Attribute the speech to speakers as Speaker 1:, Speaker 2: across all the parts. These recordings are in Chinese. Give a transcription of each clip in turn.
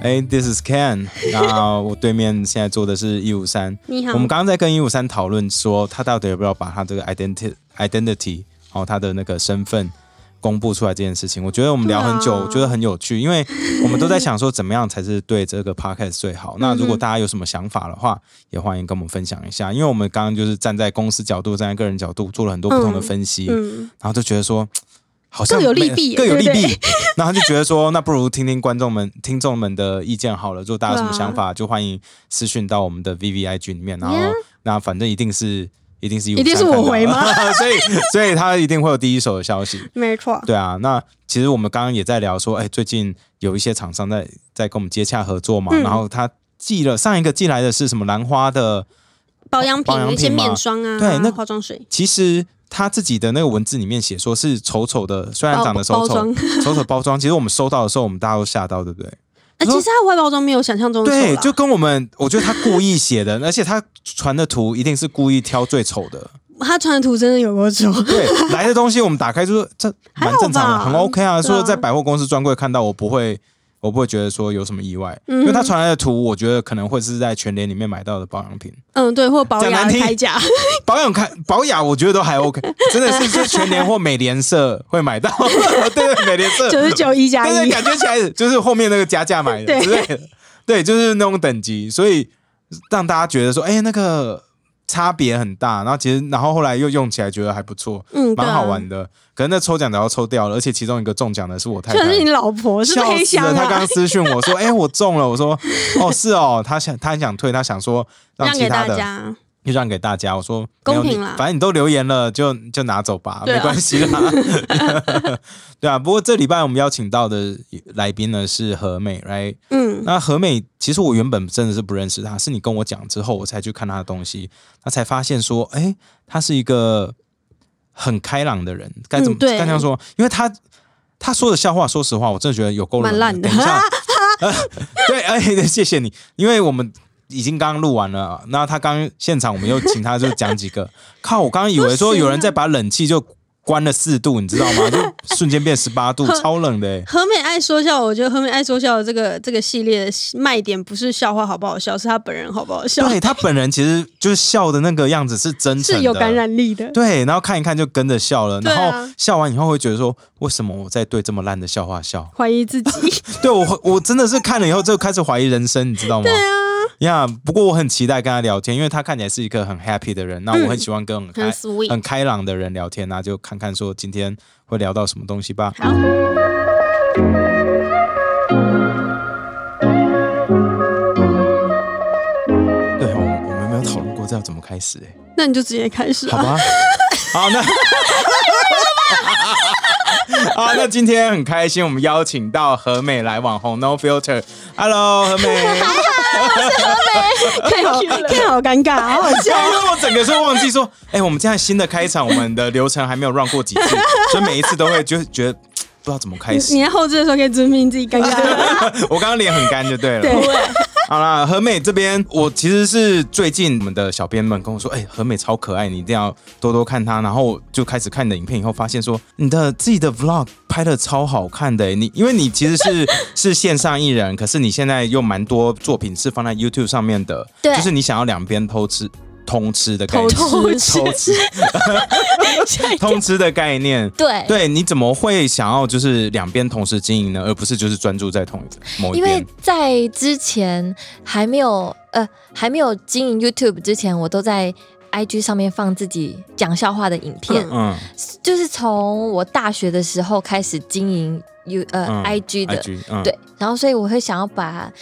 Speaker 1: 哎，This is Ken。那我对面现在坐的是一五三。
Speaker 2: 你好
Speaker 1: 我们刚刚在跟一五三讨论说，他到底要不要把他这个 identity identity，然后他的那个身份公布出来这件事情。我觉得我们聊很久，
Speaker 2: 对啊
Speaker 1: 我觉得很有趣，因为我们都在想说怎么样才是对这个 podcast 最
Speaker 2: 嗯
Speaker 1: 好。那如果大家有什么想法的话，也欢迎跟我们分享一下。因为我们刚刚就是站在公司角度、站在个人角度做了很多不同的分析，
Speaker 2: 嗯，
Speaker 1: 然后就觉得说。好像
Speaker 2: 各有利
Speaker 1: 没
Speaker 2: 弊
Speaker 1: 各有利
Speaker 2: 对
Speaker 1: 弊
Speaker 2: 不 对。
Speaker 1: 然后就觉得说，那不如听听观众们、听众们的意见好了。如果大家有什么
Speaker 2: 对啊
Speaker 1: 想法，就欢迎私讯到我们的 V V I G 里面。然后
Speaker 2: Yeah，
Speaker 1: 那反正一定是，一定是，
Speaker 2: 一定是我回吗？
Speaker 1: 所以，所以他一定会有第一手的消息。
Speaker 2: 没错，
Speaker 1: 对啊，那其实我们刚刚也在聊说，哎、最近有一些厂商在在跟我们接洽合作嘛，
Speaker 2: 嗯
Speaker 1: 然后他寄了上一个寄来的是什么兰花的，
Speaker 2: 保养品
Speaker 1: 保养
Speaker 2: 一些
Speaker 1: 品嘛
Speaker 2: 面霜啊，
Speaker 1: 对那
Speaker 2: 化妆水，
Speaker 1: 其实他自己的那个文字里面写说是丑丑的，虽然
Speaker 2: 包
Speaker 1: 长得丑
Speaker 2: 包
Speaker 1: 丑
Speaker 2: 装，
Speaker 1: 丑丑包装，其实我们收到的时候，我们大家都吓到，对不对？
Speaker 2: 哎，
Speaker 1: 说
Speaker 2: 其实它的外包装没有想象中的丑
Speaker 1: 对，
Speaker 2: 啦
Speaker 1: 就跟我们，我觉得他故意写的， 而且他传的图一定是故意挑最丑的。
Speaker 2: 它穿的图真的有够丑，
Speaker 1: 对，来的东西我们打开就是这蛮正常
Speaker 2: 还
Speaker 1: 的，
Speaker 2: 好吧
Speaker 1: 很 OK 啊。
Speaker 2: 对啊
Speaker 1: 说在百货公司专柜看到，我不会，我不会觉得说有什么意外，因
Speaker 2: 嗯
Speaker 1: 为他传来的图，我觉得可能会是在全联里面买到的保养品。
Speaker 2: 嗯，对，或保
Speaker 1: 讲
Speaker 2: 养
Speaker 1: 难听
Speaker 2: 铠 甲，
Speaker 1: 保养看保养，我觉得都还 OK，真的是是全联或美联社会买到， 对对，美联 社
Speaker 2: 九十九一 加
Speaker 1: 但是，
Speaker 2: 一
Speaker 1: 感觉起来就是后面那个加价买的
Speaker 2: 对
Speaker 1: 之类的，对，就是那种等级，所以让大家觉得说，哎、那个差别很大。然后其实，然后后来又用起来觉得还不错，
Speaker 2: 嗯，对
Speaker 1: 蛮
Speaker 2: 啊
Speaker 1: 好玩的。可能那抽奖早要抽掉了，而且其中一个中奖的是我太
Speaker 2: 虽
Speaker 1: 太
Speaker 2: 然。是你老婆，是
Speaker 1: 笑
Speaker 2: 黑
Speaker 1: 死
Speaker 2: 箱
Speaker 1: 了！他刚
Speaker 2: 啊
Speaker 1: 刚，私讯我说：“哎、我中了。”我说：“哦，是哦，他想他很想退，他想说让
Speaker 2: 让
Speaker 1: 其
Speaker 2: 给
Speaker 1: 他
Speaker 2: 大
Speaker 1: 的
Speaker 2: 家，
Speaker 1: 就让给大家。”我说：“没
Speaker 2: 公
Speaker 1: 有
Speaker 2: 平
Speaker 1: 你
Speaker 2: 啦
Speaker 1: 反正你都留言了，就就拿走吧，
Speaker 2: 对啊
Speaker 1: 没关系 啦。”对啊，不过这礼拜我们邀请到的来宾呢是何美，right？
Speaker 2: 嗯，
Speaker 1: 那何美，其实我原本真的是不认识她，是你跟我讲之后，我才去看她的东西，那才发现说，哎、她是一个很开朗的人，该怎么
Speaker 2: 嗯对
Speaker 1: 该、这样说？因为她她说的笑话，说实话，我真的觉得有够
Speaker 2: 蛮烂的
Speaker 1: 等一下， 呃对，哎、谢谢你，因为我们。已经刚刚录完了，那她刚现场，我们又请她就讲几 个。靠，我刚刚以为
Speaker 2: 啊
Speaker 1: 说有人在把冷气就关了四度，你知道吗？就瞬间变十八 度，超冷的、哎
Speaker 2: 和美爱说笑，我觉得和美爱说笑的这个这个系列卖点不是笑话好不好笑，是她本人好不好笑，
Speaker 1: 对他本人其实就是笑的那个样子是真诚的，
Speaker 2: 是有感。染力的。
Speaker 1: 对，然后看一看就跟着笑了，
Speaker 2: 对
Speaker 1: 然
Speaker 2: 啊
Speaker 1: 后笑完以后会觉得说，为什么我在对这么烂的笑话笑？
Speaker 2: 怀疑自己，
Speaker 1: 对我，我真的是看了以后就开始怀疑人生，你知道吗？对啊，呀、不过我很期待跟他聊天，因为他看起来是一个很 happy 的人，那我很喜欢跟很开、
Speaker 2: 嗯很 sweet
Speaker 1: 很开朗的人聊天，那就看看说今天会聊到什么东西吧。
Speaker 2: 好，
Speaker 1: 对，我们我们没有讨论过这要怎么开始、欸，
Speaker 2: 那你就直接开始
Speaker 1: 好
Speaker 2: 吧。
Speaker 1: 吧，好那。好，那今天很开心，我们邀请到何美来网红 No Filter。Hello，何美，
Speaker 2: 看好看好尴尬，好好笑。
Speaker 1: 刚刚我整个是忘记说，哎、我们现在新的开场，我们的流程还没有 run 过几次，所以每一次都会就觉得不知道怎么开始
Speaker 2: 你。在后置的时候可以证明自己尴尬。
Speaker 1: 我刚刚脸很干就对了。
Speaker 2: 对，
Speaker 1: 好啦，何美这边，我其实是最近我们的小编们跟我说，哎、何美超可爱，你一定要多多看她。然后我就开始看你的影片以后，发现说你的自己的 vlog 拍的超好看的、你因为你其实是是线上艺人，可是你现在又蛮多作品是放在 YouTube 上面的，
Speaker 2: 对
Speaker 1: 就是你想要两边偷吃。通吃的概念，
Speaker 2: 偷吃
Speaker 1: 偷吃， 通吃的概念，
Speaker 3: 对，
Speaker 1: 对，你怎么会想要就是两边同时经营呢，而不是就是专注在同一某一
Speaker 3: 因为
Speaker 1: 边？
Speaker 3: 在之前还没有呃还没有经营 YouTube 之前，我都在 IG 上面放自己讲笑话的影片，
Speaker 1: 嗯
Speaker 3: 就是从我大学的时候开始经营 U 呃、
Speaker 1: 嗯
Speaker 3: IG 的
Speaker 1: ，IG，嗯，
Speaker 3: 对，然后所以我会想要把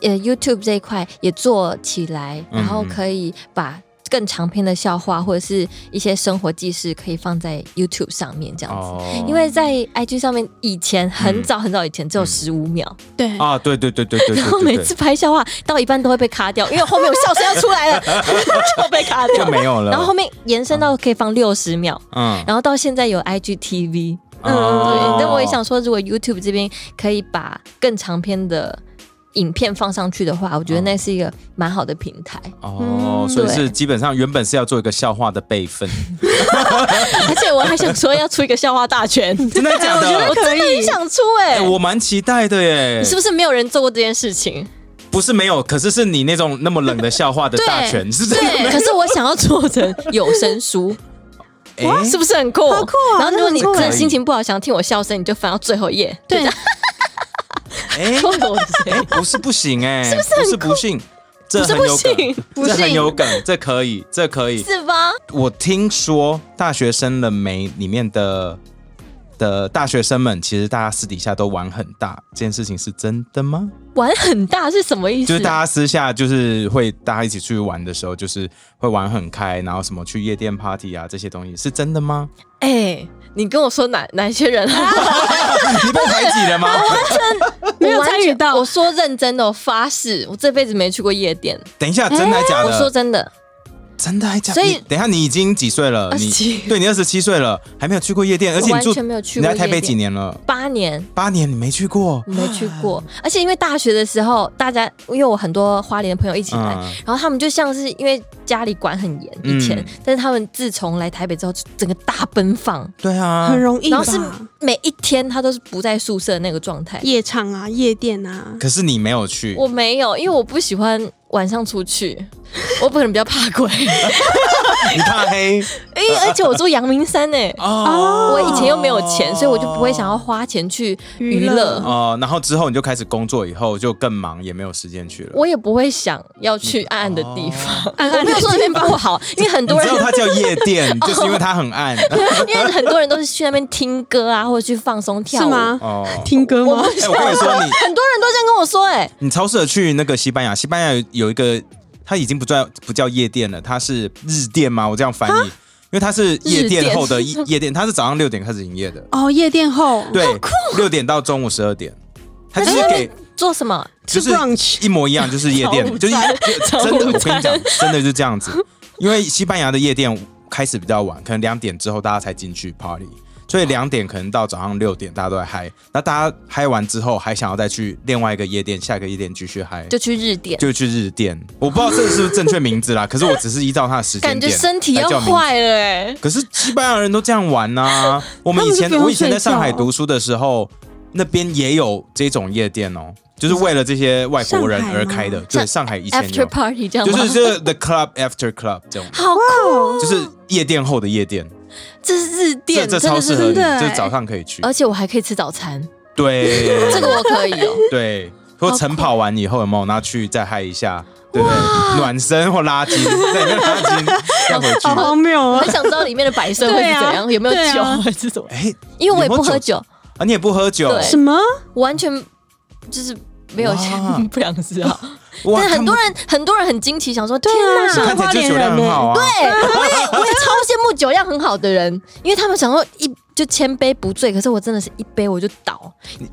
Speaker 3: 呃 YouTube 这一块也做起来，
Speaker 1: 嗯
Speaker 3: 然后可以把。更长篇的笑话或者是一些生活记事，可以放在 YouTube 上面这样子，
Speaker 1: 哦
Speaker 3: 因为在 IG 上面以前很
Speaker 1: 嗯
Speaker 3: 早很早以前只有
Speaker 1: 嗯
Speaker 3: 十五秒，
Speaker 2: 对，
Speaker 1: 啊，对对对对对 对
Speaker 3: 然后
Speaker 1: 对
Speaker 3: 每
Speaker 1: 对
Speaker 3: 次拍笑话到一半都会被卡掉，因为后面有笑声要出来了， 就被卡
Speaker 1: 就
Speaker 3: 掉。
Speaker 1: 没有了。
Speaker 3: 然后后面延伸到可以放六十秒，
Speaker 1: 嗯，
Speaker 3: 然后到现在有 IGTV，、对
Speaker 2: 嗯
Speaker 1: 哦
Speaker 3: 但我也想说，如果 YouTube 这边可以把更长篇的影片放上去的话，我觉得那是一个蛮好的平台。
Speaker 1: 哦，
Speaker 2: 嗯
Speaker 1: 所以
Speaker 3: 对
Speaker 1: 是基本上原本是要做一个笑话的备份，
Speaker 3: 而且我还想说要出一个笑话大全，哎
Speaker 1: 真的假的
Speaker 3: 我？真的很想出哎、
Speaker 1: 哎，我蛮期待的耶
Speaker 3: 你是，不是没有人做过这件事情？
Speaker 1: 不是没有，可是是你那种那么冷的笑话的大全，是 真的没
Speaker 3: 对，
Speaker 1: 有。
Speaker 3: 可是我想要做成有声书，
Speaker 1: 哎
Speaker 3: 是不是很酷？
Speaker 2: 好酷啊
Speaker 3: 然后如果你
Speaker 2: 那很
Speaker 3: 真
Speaker 2: 酷
Speaker 3: 的心情不好，想要听我笑声，你就翻到最后一页。
Speaker 2: 对，
Speaker 1: 哎
Speaker 3: 就这样，
Speaker 1: 哎，不是不行哎，是不是不是不信？这
Speaker 3: 不是
Speaker 1: 很
Speaker 3: 不
Speaker 1: 有梗
Speaker 3: 行，
Speaker 2: 不
Speaker 1: 这很
Speaker 2: 信
Speaker 1: 有梗，这可以，这可以。
Speaker 3: 是吧？
Speaker 1: 我听说《大学生了没》里面的的大学生们，其实大家私底下都玩很大，这件事情是真的吗？
Speaker 3: 玩很大是什么意思？
Speaker 1: 就是大家私下就是会大家一起出去玩的时候，就是会玩很开，然后什么去夜店 party 啊这些东西，是真的吗？
Speaker 3: 哎、你跟我说哪哪些 人？
Speaker 1: 你被排挤了吗？
Speaker 2: 没有
Speaker 3: 我完
Speaker 2: 参与
Speaker 3: 全
Speaker 2: 到
Speaker 3: 我说认真的，我发誓，我这辈子没去过夜店。
Speaker 1: 等一下，真的还假
Speaker 3: 哎我说
Speaker 1: 的？
Speaker 3: 真的，
Speaker 1: 真的还假的？
Speaker 3: 所以
Speaker 1: 你等一下，你已经几岁了？你
Speaker 3: 27
Speaker 1: 对你二十七岁了，还没有去过夜店，而且
Speaker 3: 我
Speaker 1: 你住
Speaker 3: 完全没有去过
Speaker 1: 你在台北
Speaker 3: 夜店嗯
Speaker 1: 几年了？
Speaker 3: 八年
Speaker 1: 八年，你没去过？
Speaker 3: 没去过，而且因为大学的时候，大家因为我很多花莲的朋友一起来，
Speaker 1: 嗯
Speaker 3: 然后他们就像是因为家里管很严以前，
Speaker 1: 嗯
Speaker 3: 但是他们自从来台北之后，就整个大奔放，
Speaker 1: 对啊，
Speaker 2: 很容易
Speaker 3: 然
Speaker 2: 吧
Speaker 3: 后？是每一天他都是不在宿舍的那个状态。
Speaker 2: 夜场啊，夜店啊，
Speaker 1: 可是你没有去，
Speaker 3: 我没有，因为我不喜欢晚上出去，我可能比较怕鬼。
Speaker 1: 你怕黑
Speaker 3: 哎，而且我住阳明山哎诶、
Speaker 1: 哦。
Speaker 3: 我以前又没有钱，所以我就不会想要花钱去娱
Speaker 2: 娱
Speaker 3: 乐
Speaker 2: 乐。
Speaker 1: 哦、然后之后你就开始工作，以后就更忙，也没有时间去了。
Speaker 3: 我也不会想要去暗暗的地方，
Speaker 2: 哦暗
Speaker 3: 我
Speaker 2: 暗
Speaker 3: 没有
Speaker 2: 的
Speaker 3: 说那边不好，因为很
Speaker 1: 你
Speaker 3: 多
Speaker 1: 知
Speaker 3: 人
Speaker 1: 道它叫夜 店，就是因为它很暗。哎
Speaker 3: 因为很多人都是去那边听歌啊，或者去放松跳舞。
Speaker 2: 是？吗？
Speaker 1: 哦，
Speaker 2: 听歌
Speaker 3: 我
Speaker 2: 吗
Speaker 3: 不？
Speaker 1: 哎、我跟你说，你
Speaker 3: 很多人都这样跟我说、哎，
Speaker 1: 你超适合去那个西班牙，西班牙有有一个，它已经不叫不叫夜店了，它是日店吗？我这样翻译，因为它是夜店后的
Speaker 3: 啊日店
Speaker 1: 夜店，它是早上六点开始营业的，
Speaker 2: 哦，夜店后
Speaker 1: 对，
Speaker 3: 啊
Speaker 1: 六点到中午十二点，它
Speaker 3: 那
Speaker 1: 就
Speaker 3: 在
Speaker 1: 是
Speaker 3: 那
Speaker 1: 哎给哎
Speaker 3: 边做什么？
Speaker 1: 就是
Speaker 2: 吃 brunch
Speaker 1: 一模一样，就是夜 店，就是
Speaker 3: 早午
Speaker 1: 真的，我跟你
Speaker 3: 餐
Speaker 1: 讲，真的是这样子。因为西班牙的夜店开始比较晚，可能两点之后大家才进去 party，所以两点可能到早上六点大家都在嗨。那大家嗨完之后，还想要再去另外一个夜店，下一个夜店继续嗨，
Speaker 3: 就去日店，
Speaker 1: 就去日店。我不知道这是不是正确名字啦，可是我只是依照它的时间
Speaker 3: 感觉
Speaker 1: 点
Speaker 3: 身体
Speaker 1: 来叫
Speaker 3: 要
Speaker 1: 名字
Speaker 3: 坏了、哎，
Speaker 1: 可是西班牙人都这样玩呐、 我们以前
Speaker 2: 他们是不用
Speaker 1: 我以前在
Speaker 3: 啊
Speaker 1: 上海
Speaker 2: 睡觉
Speaker 1: 读书的时候，那边也有这种夜店哦，就是为了这些外国人而开的。对，上海以前
Speaker 3: After
Speaker 1: 有，
Speaker 3: party 这样
Speaker 1: 就
Speaker 3: 吗？
Speaker 1: 是这 the club after club 这种，
Speaker 3: 好酷，
Speaker 1: 就是夜店后的夜店，
Speaker 3: 这是日
Speaker 1: 这
Speaker 3: 店，
Speaker 1: 这
Speaker 3: 真的
Speaker 1: 超
Speaker 3: 哎是
Speaker 1: 适合你，
Speaker 2: 真的欸
Speaker 1: 就是早上可以去。
Speaker 3: 而且我还可以吃早餐，
Speaker 1: 对，
Speaker 3: 这个我可以 哦。
Speaker 1: 对，或晨跑完以后有没有，然后去再嗨一下，对不对？暖身或拉筋，在那 拉筋，再回
Speaker 2: 好
Speaker 1: 去。
Speaker 2: 荒谬
Speaker 3: 我
Speaker 2: 啊！
Speaker 3: 很想知道里面的摆设会是
Speaker 2: 对啊
Speaker 3: 怎样，有没有
Speaker 2: 对
Speaker 3: 酒
Speaker 2: 啊
Speaker 3: 还是什么？
Speaker 1: 哎，
Speaker 3: 因为我也不
Speaker 1: 有没
Speaker 3: 喝
Speaker 1: 有
Speaker 3: 酒，
Speaker 1: 啊，你也不喝酒，
Speaker 3: 对
Speaker 2: 什么？
Speaker 3: 我完全就是没有
Speaker 1: 哇
Speaker 3: 钱， 不想知道。
Speaker 1: 哇，
Speaker 3: 但
Speaker 1: 他
Speaker 3: 很多
Speaker 1: 们啊
Speaker 3: 人啊很多人很惊奇，想说天
Speaker 2: 是
Speaker 3: 哪！
Speaker 1: 看起来就酒量很好啊，
Speaker 3: 对，我也 我也超羡慕酒量很好的人，因为他们想说一就千杯不醉，可是我真的是一杯我就倒，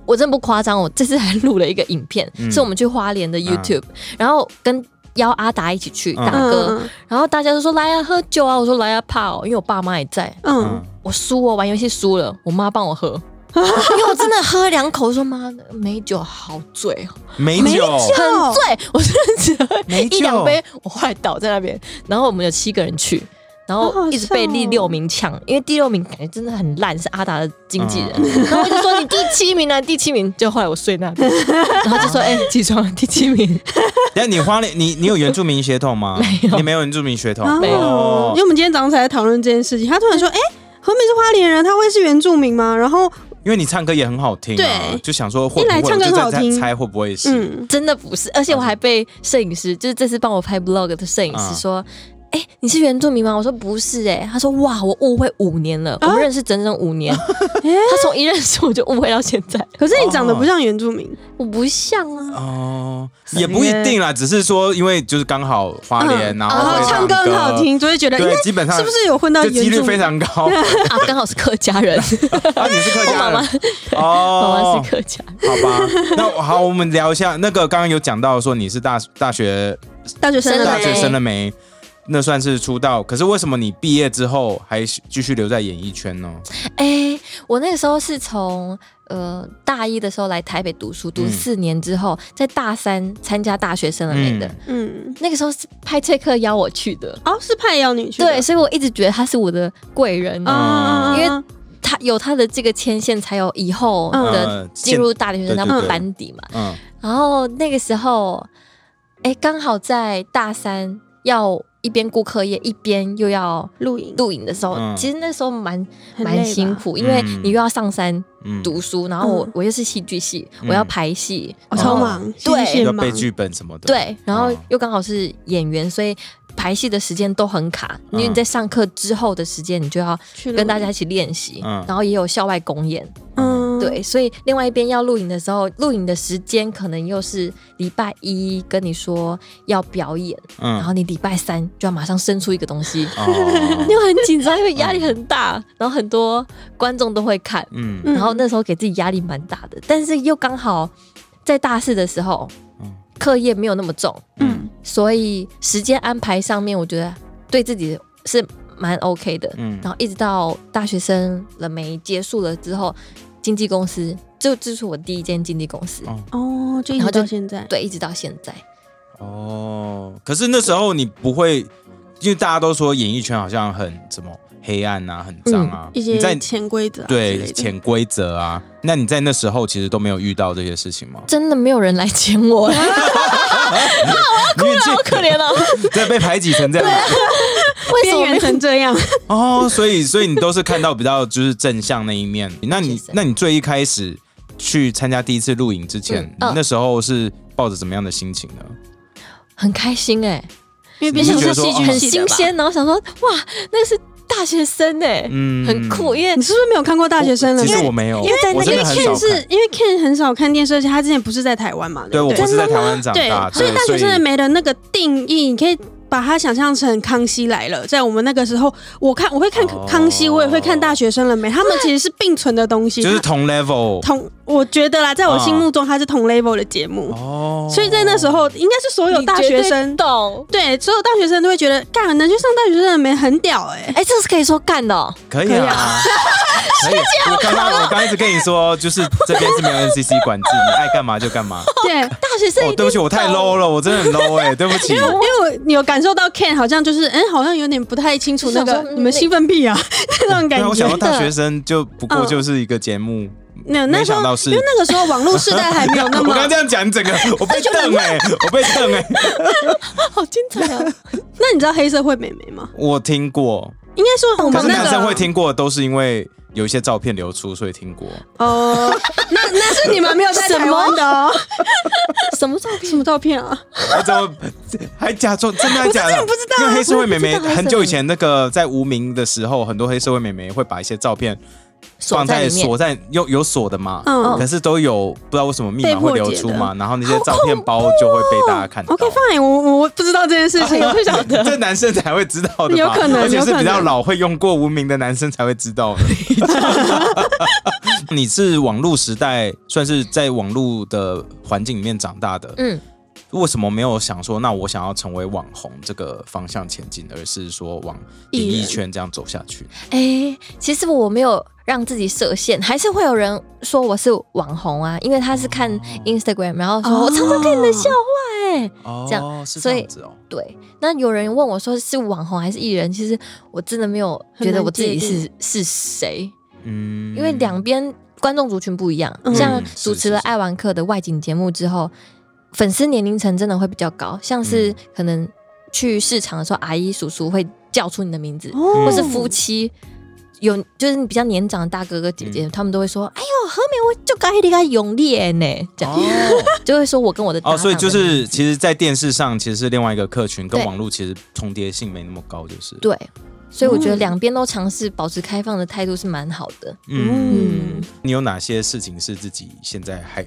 Speaker 3: 我真不夸张，我这次还录了一个影片，
Speaker 1: 嗯
Speaker 3: 是我们去花莲的 YouTube，、然后跟邀阿达一起去
Speaker 1: 嗯
Speaker 3: 大哥，然后大家都说来啊喝酒啊，我说来啊怕哦，因为我爸妈也在，
Speaker 2: 嗯
Speaker 1: 嗯，
Speaker 3: 我输哦，玩游戏输了，我妈帮我 喝。因为我真的喝两口，说妈的美酒好醉哦，
Speaker 1: 美
Speaker 2: 美
Speaker 1: 酒，
Speaker 2: 酒
Speaker 3: 很醉，我真的只喝
Speaker 1: 美酒
Speaker 3: 一两杯，我后来倒在那边。然后我们有七个人去，然
Speaker 2: 好
Speaker 3: 后
Speaker 2: 好
Speaker 3: 一直被
Speaker 2: 笑哦
Speaker 3: 第六名抢，因为第六名感觉真的很烂，是阿达的经纪人。然后我就说你第七名啊，第七名。就后来我睡那边，然后就说哎、起床了，第七名。
Speaker 1: 等一下你花莲，你你有原住民血统 吗？
Speaker 3: 没有
Speaker 1: 你没有原住民血统。
Speaker 2: 哦
Speaker 3: 没有
Speaker 1: 哦
Speaker 2: 因为我们今天早上才在讨论这件事情，他突然说：“哎、何美是花莲人，他会是原住民吗？”然后，
Speaker 1: 因为你唱歌也很好听、啊，
Speaker 2: 对
Speaker 1: 就想说会不
Speaker 2: 一
Speaker 1: 会
Speaker 2: 来唱歌
Speaker 1: 我就
Speaker 2: 很好
Speaker 1: 在
Speaker 2: 听
Speaker 1: 猜猜会不会是、
Speaker 2: 嗯，
Speaker 3: 真的不是，而且我还被摄影师，就是这次帮我拍 vlog 的摄影师说。哎、你是原住民吗？我说不是、哎，他说哇，我误会五年了，我们认识整整五年。他从一认识我就误会到现在，
Speaker 2: 可是你长得不像原住民，
Speaker 3: 我不像啊，
Speaker 1: 哦，也不一定啦，只是说因为就是刚好花莲，
Speaker 3: 嗯
Speaker 1: 然
Speaker 2: 然
Speaker 1: 后
Speaker 2: 后
Speaker 1: 会
Speaker 2: 哦唱
Speaker 1: 歌
Speaker 2: 歌很好，听，就会觉得应
Speaker 1: 哦对
Speaker 2: 该，
Speaker 1: 基本上
Speaker 2: 是不是有混到
Speaker 1: 这
Speaker 2: 原
Speaker 1: 几率
Speaker 2: 住
Speaker 1: 非
Speaker 2: 民？
Speaker 1: 常 高
Speaker 3: 啊，刚好是客家 人，
Speaker 1: 啊！你是客家
Speaker 3: 我妈妈
Speaker 1: 人哦
Speaker 3: 妈妈，是客家人，
Speaker 1: 好吧？那好，我们聊一下那个刚刚有讲到说你是大大学
Speaker 2: 大学生了
Speaker 1: 大
Speaker 2: 没
Speaker 1: 学生了没？那算是出道，可是为什么你毕业之后还继续留在演艺圈呢？
Speaker 3: 哎、我那个时候是从呃大一的时候来台北读书，读
Speaker 1: 嗯
Speaker 3: 四年之后，在大三参加大学生了没的。
Speaker 1: 嗯
Speaker 2: 嗯，
Speaker 3: 那个时候是派翠克邀我去的，
Speaker 2: 哦，是派邀你去的，
Speaker 3: 对，所以我一直觉得他是我的贵人，
Speaker 1: 嗯
Speaker 2: 啊，
Speaker 3: 因为他有他的这个牵线，才有以后的
Speaker 1: 嗯
Speaker 3: 进入大学生当
Speaker 1: 对对对
Speaker 3: 班底嘛。
Speaker 1: 嗯
Speaker 3: 然后那个时候，哎，刚好在大三要一边顾课业，一边又要
Speaker 2: 露营
Speaker 3: 录影的时候，
Speaker 1: 嗯
Speaker 3: 其实那时候蛮
Speaker 2: 很累吧
Speaker 3: 蛮辛苦，因为你又要上山
Speaker 1: 嗯，
Speaker 3: 读书，然后我、
Speaker 2: 嗯
Speaker 3: 我又是戏剧系，
Speaker 1: 嗯
Speaker 3: 我要排戏，
Speaker 2: 哦
Speaker 3: 然
Speaker 2: 超
Speaker 3: 后
Speaker 2: 忙，
Speaker 3: 对
Speaker 2: 其实也
Speaker 1: 要
Speaker 2: 忙
Speaker 1: 背剧本什么的，
Speaker 3: 对，然后
Speaker 1: 嗯
Speaker 3: 又刚好是演员，所以排戏的时间都很卡，因
Speaker 1: 嗯
Speaker 3: 为你在上课之后的时间，你就要
Speaker 2: 去
Speaker 3: 跟大家一
Speaker 2: 露营，
Speaker 3: 起练习，
Speaker 1: 嗯
Speaker 3: 然后也有校外公演，
Speaker 2: 嗯，
Speaker 3: 对，所以另外一边要录影的时候，录影的时间可能又是礼拜一跟你说要表演，然
Speaker 1: 嗯，
Speaker 3: 后你礼拜三就要马上生出一个东西，
Speaker 1: 哦
Speaker 3: 因为很紧 张，因为压力很大，然后很多观众都会看，
Speaker 1: 嗯
Speaker 2: 嗯
Speaker 3: 然后那时候给自己压力蛮大的，但是又刚好在大四的时候
Speaker 1: 嗯，
Speaker 3: 课业没有那么重，
Speaker 2: 嗯
Speaker 3: 所以时间安排上面，我觉得对自己是蛮 OK 的。
Speaker 1: 嗯
Speaker 3: 然后一直到大学生了没结束了之后，经纪公司就这是我第一间经纪公司，
Speaker 1: 哦
Speaker 2: 哦，就
Speaker 3: 然
Speaker 2: 一直
Speaker 3: 后就
Speaker 2: 到现在，
Speaker 3: 对，一直到现在。
Speaker 1: 哦，可是那时候你不会，因为大家都说演艺圈好像很什么黑暗啊，很脏啊，
Speaker 2: 嗯一
Speaker 1: 你在
Speaker 2: 些潜规则啊之
Speaker 1: 对
Speaker 2: 类的
Speaker 1: 潜规则啊，那你在那时候其实都没有遇到这些事情吗？
Speaker 3: 真的没有人来捡 我，好
Speaker 1: 你已经
Speaker 3: 可怜哦！
Speaker 1: 对，被排挤成这样子
Speaker 3: 为什
Speaker 2: 边
Speaker 3: 么
Speaker 2: 缘
Speaker 3: 没
Speaker 2: 成 这样，
Speaker 1: 哦，所以所以你都是看到比较就是正向那一 面。那你
Speaker 3: 谢谢
Speaker 1: 那你最一开始去参加第一次录影之前，
Speaker 2: 哦
Speaker 3: 嗯嗯
Speaker 1: 那时候是抱着怎么样的心情呢？
Speaker 3: 很开心哎、
Speaker 2: 因
Speaker 1: 你
Speaker 2: 为毕
Speaker 1: 是
Speaker 2: 竟
Speaker 1: 觉
Speaker 2: 是
Speaker 1: 得说
Speaker 2: 戏
Speaker 1: 哦
Speaker 2: 剧
Speaker 3: 很
Speaker 2: 系
Speaker 3: 新
Speaker 2: 的吧，
Speaker 3: 鲜，然后想说哇，那是大学生哎、
Speaker 1: 嗯
Speaker 3: 很酷，因为
Speaker 2: 你是不是没有看过大学生了？
Speaker 1: 其实
Speaker 2: 因为
Speaker 1: 我没有，
Speaker 2: 因为在
Speaker 1: 我
Speaker 2: 那
Speaker 1: 真的
Speaker 2: 个
Speaker 1: 很
Speaker 2: Ken
Speaker 1: 少
Speaker 2: 是
Speaker 1: 看。
Speaker 2: 因为 Ken 很少看电视，而且他之前不是在台湾嘛，
Speaker 1: 对我
Speaker 2: 不
Speaker 1: 不
Speaker 2: 对？
Speaker 1: 是在台湾长大，
Speaker 2: 所以大学生的美的那个定义，你可以。把它想象成《康熙来了》，在我们那个时候，我看我会看
Speaker 1: 哦
Speaker 2: 《康熙》，我也会看《大学生了没》，他们其实是并存的东西，
Speaker 1: 就是
Speaker 2: 它
Speaker 1: 同 level
Speaker 2: 同，我觉得啦，在我心目中它是同 level 的节目，
Speaker 1: 哦，
Speaker 2: 所以在那时候应该是所有大学生
Speaker 3: 你绝对懂。
Speaker 2: 对，所有大学生都会觉得，干能去上大学生的没很屌哎、
Speaker 3: 哎、这是可以说干的、哦，
Speaker 1: 可以
Speaker 2: 可以
Speaker 1: 啊。可以，啊 我刚刚我刚一直跟你说，就是这边是没有 NCC 管制，你爱干嘛就干嘛。
Speaker 2: 对，
Speaker 3: 大学生一
Speaker 1: 哦，
Speaker 3: 定、
Speaker 1: 对不起，我太 low 了，我真的很 low 哎，对不起。
Speaker 2: 因为我有感受到 Ken 好像就是，哎、好像有点不太清楚那
Speaker 3: 就想
Speaker 2: 个
Speaker 3: 说嗯
Speaker 2: 你们兴奋屁啊 那种
Speaker 1: 对
Speaker 2: 感
Speaker 1: 啊，我想到
Speaker 2: 觉。嗯
Speaker 1: 大学生就不过就是一个节目，
Speaker 2: 那
Speaker 1: 没
Speaker 2: 那时
Speaker 1: 想
Speaker 2: 候
Speaker 1: 到是
Speaker 2: 因为那个时候网络时代还没有那
Speaker 1: 我
Speaker 2: 么
Speaker 1: 刚，刚这样讲，整 个我被瞪哎、我被瞪哎、
Speaker 3: 好精彩啊！
Speaker 2: 那你知道黑社会美眉吗？
Speaker 1: 我听过，
Speaker 2: 应该说我
Speaker 1: 可
Speaker 2: 们
Speaker 1: 是
Speaker 2: 那
Speaker 1: 男生
Speaker 2: 个
Speaker 1: 会听过，都是因为有一些照片流出，所以听过。
Speaker 2: 哦，那那是你们没有在台湾的哦，
Speaker 3: 什么照片？
Speaker 2: 什么照片啊？
Speaker 1: 我怎么还假装真的还假的？
Speaker 2: 不知道
Speaker 1: 因为黑社会妹妹
Speaker 3: 我不知道
Speaker 1: 很久以前那个在无名的时候，很多黑社会妹妹会把一些照片
Speaker 3: 锁
Speaker 1: 放
Speaker 3: 在
Speaker 1: 在
Speaker 3: 里面
Speaker 1: 锁在有有锁的嘛，
Speaker 2: 嗯
Speaker 1: 可是都有不知道为什么密码会流出嘛，然后那些照片包就会被大家看到。
Speaker 2: ，OK fine，我我我不知道这件事情，我不晓得。 哦
Speaker 1: 这男生才会知道的吧？
Speaker 2: 有可能
Speaker 1: 而且是比
Speaker 2: 有可
Speaker 1: 较
Speaker 2: 能
Speaker 1: 老会用过无名的男生才会知道的。 你是网络时代，算是在网络的环境里面长大的，
Speaker 3: 嗯，
Speaker 1: 为什么没有想说，那我想要成为网红这个方向前进，而是说往
Speaker 2: 艺
Speaker 1: 演
Speaker 2: 人
Speaker 1: 艺圈这样走下去？
Speaker 3: 哎、其实我没有让自己设限，还是会有人说我是网红啊，因为他是看 Instagram，然后
Speaker 2: 哦
Speaker 3: 说我常常看你的笑话、哎、
Speaker 1: 哦
Speaker 3: 这
Speaker 1: 样
Speaker 3: 样
Speaker 1: 是
Speaker 3: 所
Speaker 1: 这
Speaker 3: 以
Speaker 1: 样子哦。
Speaker 3: 对。那有人问我说是网红还是艺人，其实我真的没有觉得我自己
Speaker 2: 很难
Speaker 3: 是是谁，
Speaker 1: 嗯
Speaker 3: 因为两边观众族群不一样，
Speaker 2: 嗯
Speaker 3: 像
Speaker 1: 是
Speaker 3: 主持了
Speaker 1: 是是
Speaker 3: 爱玩客的外景节目之后，粉丝年龄层真的会比较高，像是
Speaker 1: 嗯
Speaker 3: 可能去市场的时候，阿姨叔叔会叫出你的名字，
Speaker 1: 嗯
Speaker 2: 哦
Speaker 3: 或是夫妻。有就是比较年长的大哥哥姐
Speaker 1: 嗯
Speaker 3: 姐，他们都会说：“哎呦，何美，我就该你个永烈呢。”这样、
Speaker 1: 哦
Speaker 3: 就会说我跟我的搭档
Speaker 1: 哦，
Speaker 3: 的
Speaker 1: 所以就是
Speaker 3: 名字
Speaker 1: 其实，在电视上其实是另外一个客群，跟
Speaker 3: 对
Speaker 1: 网络其实重叠性没那么高，就是
Speaker 3: 对，所以我觉得
Speaker 2: 嗯
Speaker 3: 两边都尝试保持开放的态度是蛮好的。
Speaker 2: 嗯，
Speaker 1: 你有哪些事情是自己现在还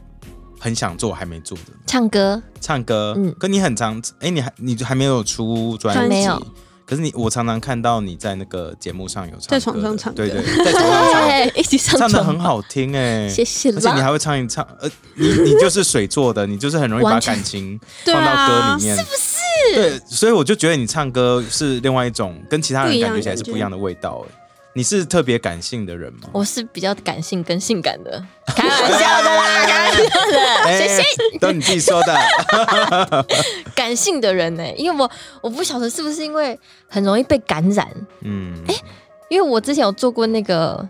Speaker 1: 很想做还没做的？
Speaker 3: 唱歌
Speaker 1: 唱歌，
Speaker 3: 嗯
Speaker 1: 可你很常，哎、你还你还没有出
Speaker 2: 还
Speaker 1: 专
Speaker 3: 没
Speaker 1: 辑
Speaker 3: 有，
Speaker 1: 可是你我常常看到你在那个节目上有唱歌的，
Speaker 2: 在床上唱歌
Speaker 1: 对对，对在床上唱歌，
Speaker 3: 对，一起上
Speaker 1: 唱的
Speaker 3: 床
Speaker 1: 很，好听哎、
Speaker 3: 谢谢
Speaker 1: 而且你
Speaker 3: 啦。
Speaker 1: 还会唱一唱，呃，你你就是水做的，你就是很容易把
Speaker 3: 完全
Speaker 1: 感情
Speaker 2: 对
Speaker 1: 放到歌
Speaker 2: 啊
Speaker 1: 里，面，是不是？对，所以我就觉得你唱歌是另外一种，跟其他人感觉起来是不一样的味道、哎，你是特别感性的人吗？
Speaker 3: 我是比较感性跟性感 的，开玩笑的啦，开玩笑的，
Speaker 1: 哎
Speaker 3: 谢谢。
Speaker 1: 都你自己说的。
Speaker 3: 感性的人呢、欸因为我我不晓得是不是因为很容易被感染，
Speaker 1: 嗯，
Speaker 3: 因为我之前有做过那个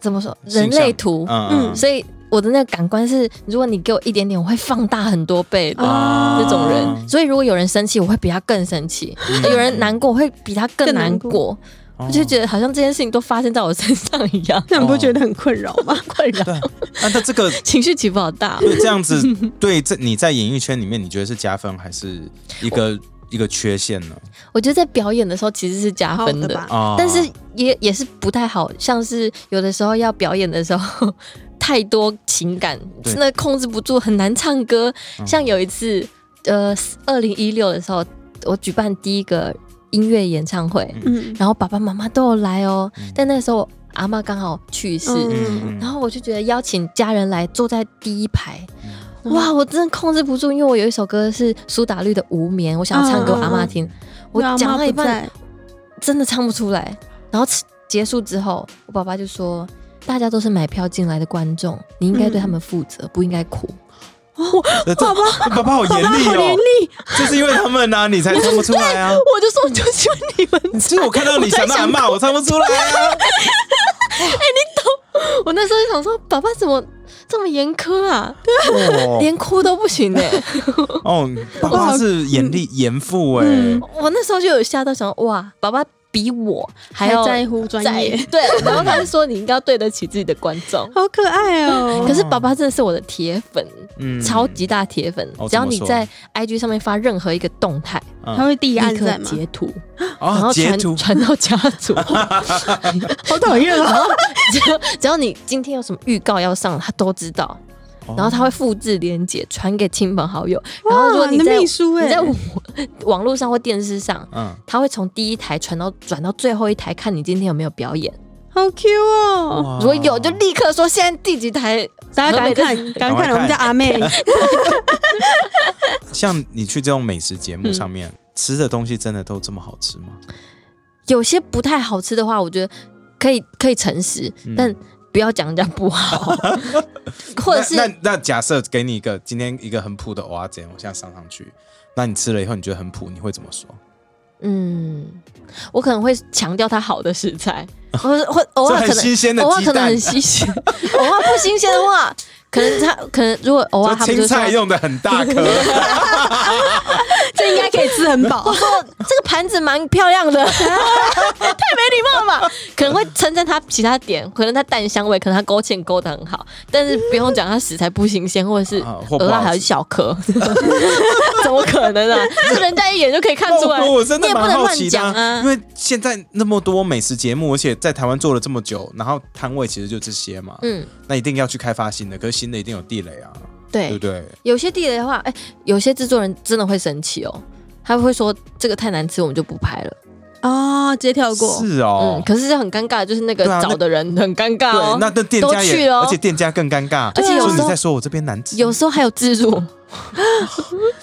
Speaker 3: 怎么说
Speaker 1: 形
Speaker 3: 人
Speaker 1: 象
Speaker 3: 类图，
Speaker 1: 嗯
Speaker 3: 所以我的那个感官是，如果你给我一点点，我会放大很多倍的。
Speaker 1: 啊
Speaker 3: 那种人，所以如果有人生气，我会比他更生气；
Speaker 1: 嗯
Speaker 3: 有人难过，我会比他更
Speaker 2: 更难
Speaker 3: 难
Speaker 2: 过
Speaker 3: 过。
Speaker 1: 哦
Speaker 3: 我就觉得好像这件事情都发生在我身上一样，
Speaker 2: 那你不觉得很困扰吗？
Speaker 3: 困扰，
Speaker 1: 对，那他这个
Speaker 3: 情绪起伏好 大哦。
Speaker 1: 所以这样子对这你在演艺圈里面，你觉得是加分还是一个一个缺陷呢？
Speaker 3: 我觉得在表演的时候其实是加
Speaker 2: 好
Speaker 3: 分
Speaker 2: 的
Speaker 3: 的，
Speaker 2: 吧？
Speaker 1: 啊，
Speaker 3: 但是也也是不太好，像是有的时候要表演的时候 太多情感，
Speaker 1: 对
Speaker 3: 真的控制不住，很难唱歌。
Speaker 2: 嗯
Speaker 3: 像有一次，呃，二零一六的时候，我举办第一个音乐演唱会，
Speaker 2: 嗯，
Speaker 3: 然后爸爸妈妈都有来哦，但那时候我阿妈刚好去世。
Speaker 2: 嗯
Speaker 3: 然后我就觉得邀请家人来坐在第一排，
Speaker 2: 嗯
Speaker 3: 哇，我真的控制不住，因为我有一首歌是苏打绿的《无眠》，我想要唱给我阿妈听，我
Speaker 2: 嗯啊那阿妈
Speaker 3: 讲到一
Speaker 2: 不
Speaker 3: 半
Speaker 2: 在
Speaker 3: 真的唱不出来。然后结束之后，我爸爸就说：“大家都是买票进来的观众，你应该对他们负责，不应该哭。
Speaker 1: 爸爸爸爸好严厉
Speaker 2: 好严
Speaker 1: 哦，
Speaker 2: 厉，
Speaker 1: 就是因为他们呢，你才唱不出来啊”。
Speaker 3: 我就说：“我就喜欢你们。
Speaker 1: 其实我看到你
Speaker 3: 我在
Speaker 1: 想到阿骂，我唱不出来啊。
Speaker 3: 我那时候就想说：“爸爸怎么这么严苛啊？
Speaker 1: 哦
Speaker 3: 连哭都不行呢、欸
Speaker 1: 哦，爸爸是严厉严父哎，
Speaker 2: 嗯
Speaker 3: 我那时候就有吓到想说：“哇，爸爸比我还要
Speaker 2: 还在乎专
Speaker 3: 在
Speaker 2: 业，
Speaker 3: 对，然后他就说：“你应该要对得起自己的观众。”
Speaker 2: 好可爱哦。
Speaker 3: 可是爸爸真的是我的铁粉，
Speaker 1: 嗯
Speaker 3: 超级大铁粉。
Speaker 1: 哦
Speaker 3: 只要
Speaker 1: 怎么
Speaker 3: 你
Speaker 1: 说
Speaker 3: 在 IG 上面发任何一个动态，
Speaker 2: 他会第一按
Speaker 3: 立刻
Speaker 2: 赞吗？
Speaker 3: 截图，然
Speaker 1: 哦
Speaker 3: 后
Speaker 1: 截
Speaker 3: 传
Speaker 1: 图
Speaker 3: 传到家族。
Speaker 2: 好讨厌啊！
Speaker 3: 只要只要你今天有什么预告要上，他都知道。然后他会复制连接传给亲朋好友。然后如果
Speaker 2: 哦哇
Speaker 3: 你
Speaker 2: 你的
Speaker 3: 在
Speaker 2: 秘书欸
Speaker 3: 你在网 网络上或电视上，
Speaker 1: 嗯
Speaker 3: 他会从第一台传到转到最后一台，看你今天有没有表演。
Speaker 2: 好 Q 哦，
Speaker 1: 哇
Speaker 3: 如果有，就立刻说现在第几台。
Speaker 2: 大家赶
Speaker 3: 河
Speaker 2: 快看，赶快
Speaker 1: 赶快
Speaker 2: 看
Speaker 1: 看
Speaker 2: 我们家阿妹，
Speaker 1: 像你去这种美食
Speaker 3: 嗯
Speaker 1: 节目上面吃的东西，真的都这么好吃吗？
Speaker 3: 有些不太好吃的话，我觉得可以可以诚实，
Speaker 2: 嗯
Speaker 3: 但不要讲人家不好， 或者是
Speaker 1: 那那那假设给你一个今天一个很普的蚵仔煎，我现在上上去，那你吃了以后你觉得很普，你会怎么说？
Speaker 3: 嗯，我可能会强调它好的食 材，或者或偶尔可
Speaker 1: 所以很新鲜的
Speaker 3: 能偶尔
Speaker 1: 鸡
Speaker 3: 可
Speaker 1: 蛋
Speaker 3: 能很新鲜， 偶尔不新鲜的话，可能他可能如果偶尔
Speaker 1: 说
Speaker 3: 他们
Speaker 1: 青
Speaker 3: 就说
Speaker 1: 菜用的很 大颗，
Speaker 2: 这应该可以吃很饱
Speaker 3: 我。说这个盘子蛮漂亮的， 太没礼貌了吧？可能会称赞它其他点，可能它蛋香味，可能它勾芡勾的很好，但是不用讲它食材不新鲜，或者是
Speaker 1: 啊或不
Speaker 3: 鹅
Speaker 1: 好
Speaker 3: 啊
Speaker 1: 吃
Speaker 3: 还有小颗， 怎么可能啊？这人家一眼就可以看 出来，
Speaker 1: 我我真
Speaker 3: 你
Speaker 1: 的
Speaker 3: 也不
Speaker 1: 蛮
Speaker 3: 能
Speaker 1: 好
Speaker 3: 乱
Speaker 1: 奇的
Speaker 3: 讲
Speaker 1: 啊、
Speaker 3: 啊
Speaker 1: 因。为现在那么多美食节目，而且在台湾做了这么久，然后摊位其实就这些嘛，
Speaker 3: 嗯，
Speaker 1: 那一定要去开发新的，可是新的一定有地雷啊，对不
Speaker 3: 对，
Speaker 1: 对？
Speaker 3: 有些地雷的话，哎，有些制作人真的会生气哦，他会说这个太难吃，我们就不拍了。
Speaker 2: 哦，直接跳过。
Speaker 3: 嗯
Speaker 1: 是哦，，
Speaker 3: 可是这很尴尬，就是那个
Speaker 1: 对啊那
Speaker 3: 找的人 很尴尬
Speaker 1: 对
Speaker 3: 哦，。
Speaker 1: 那那店家
Speaker 3: 都
Speaker 1: 也，
Speaker 3: 去哦
Speaker 1: 而且店家更尴尬，
Speaker 3: 而且有
Speaker 1: 说
Speaker 3: 时
Speaker 1: 你
Speaker 3: 候
Speaker 1: 在说我这边难吃，
Speaker 3: 有时候还有自 助。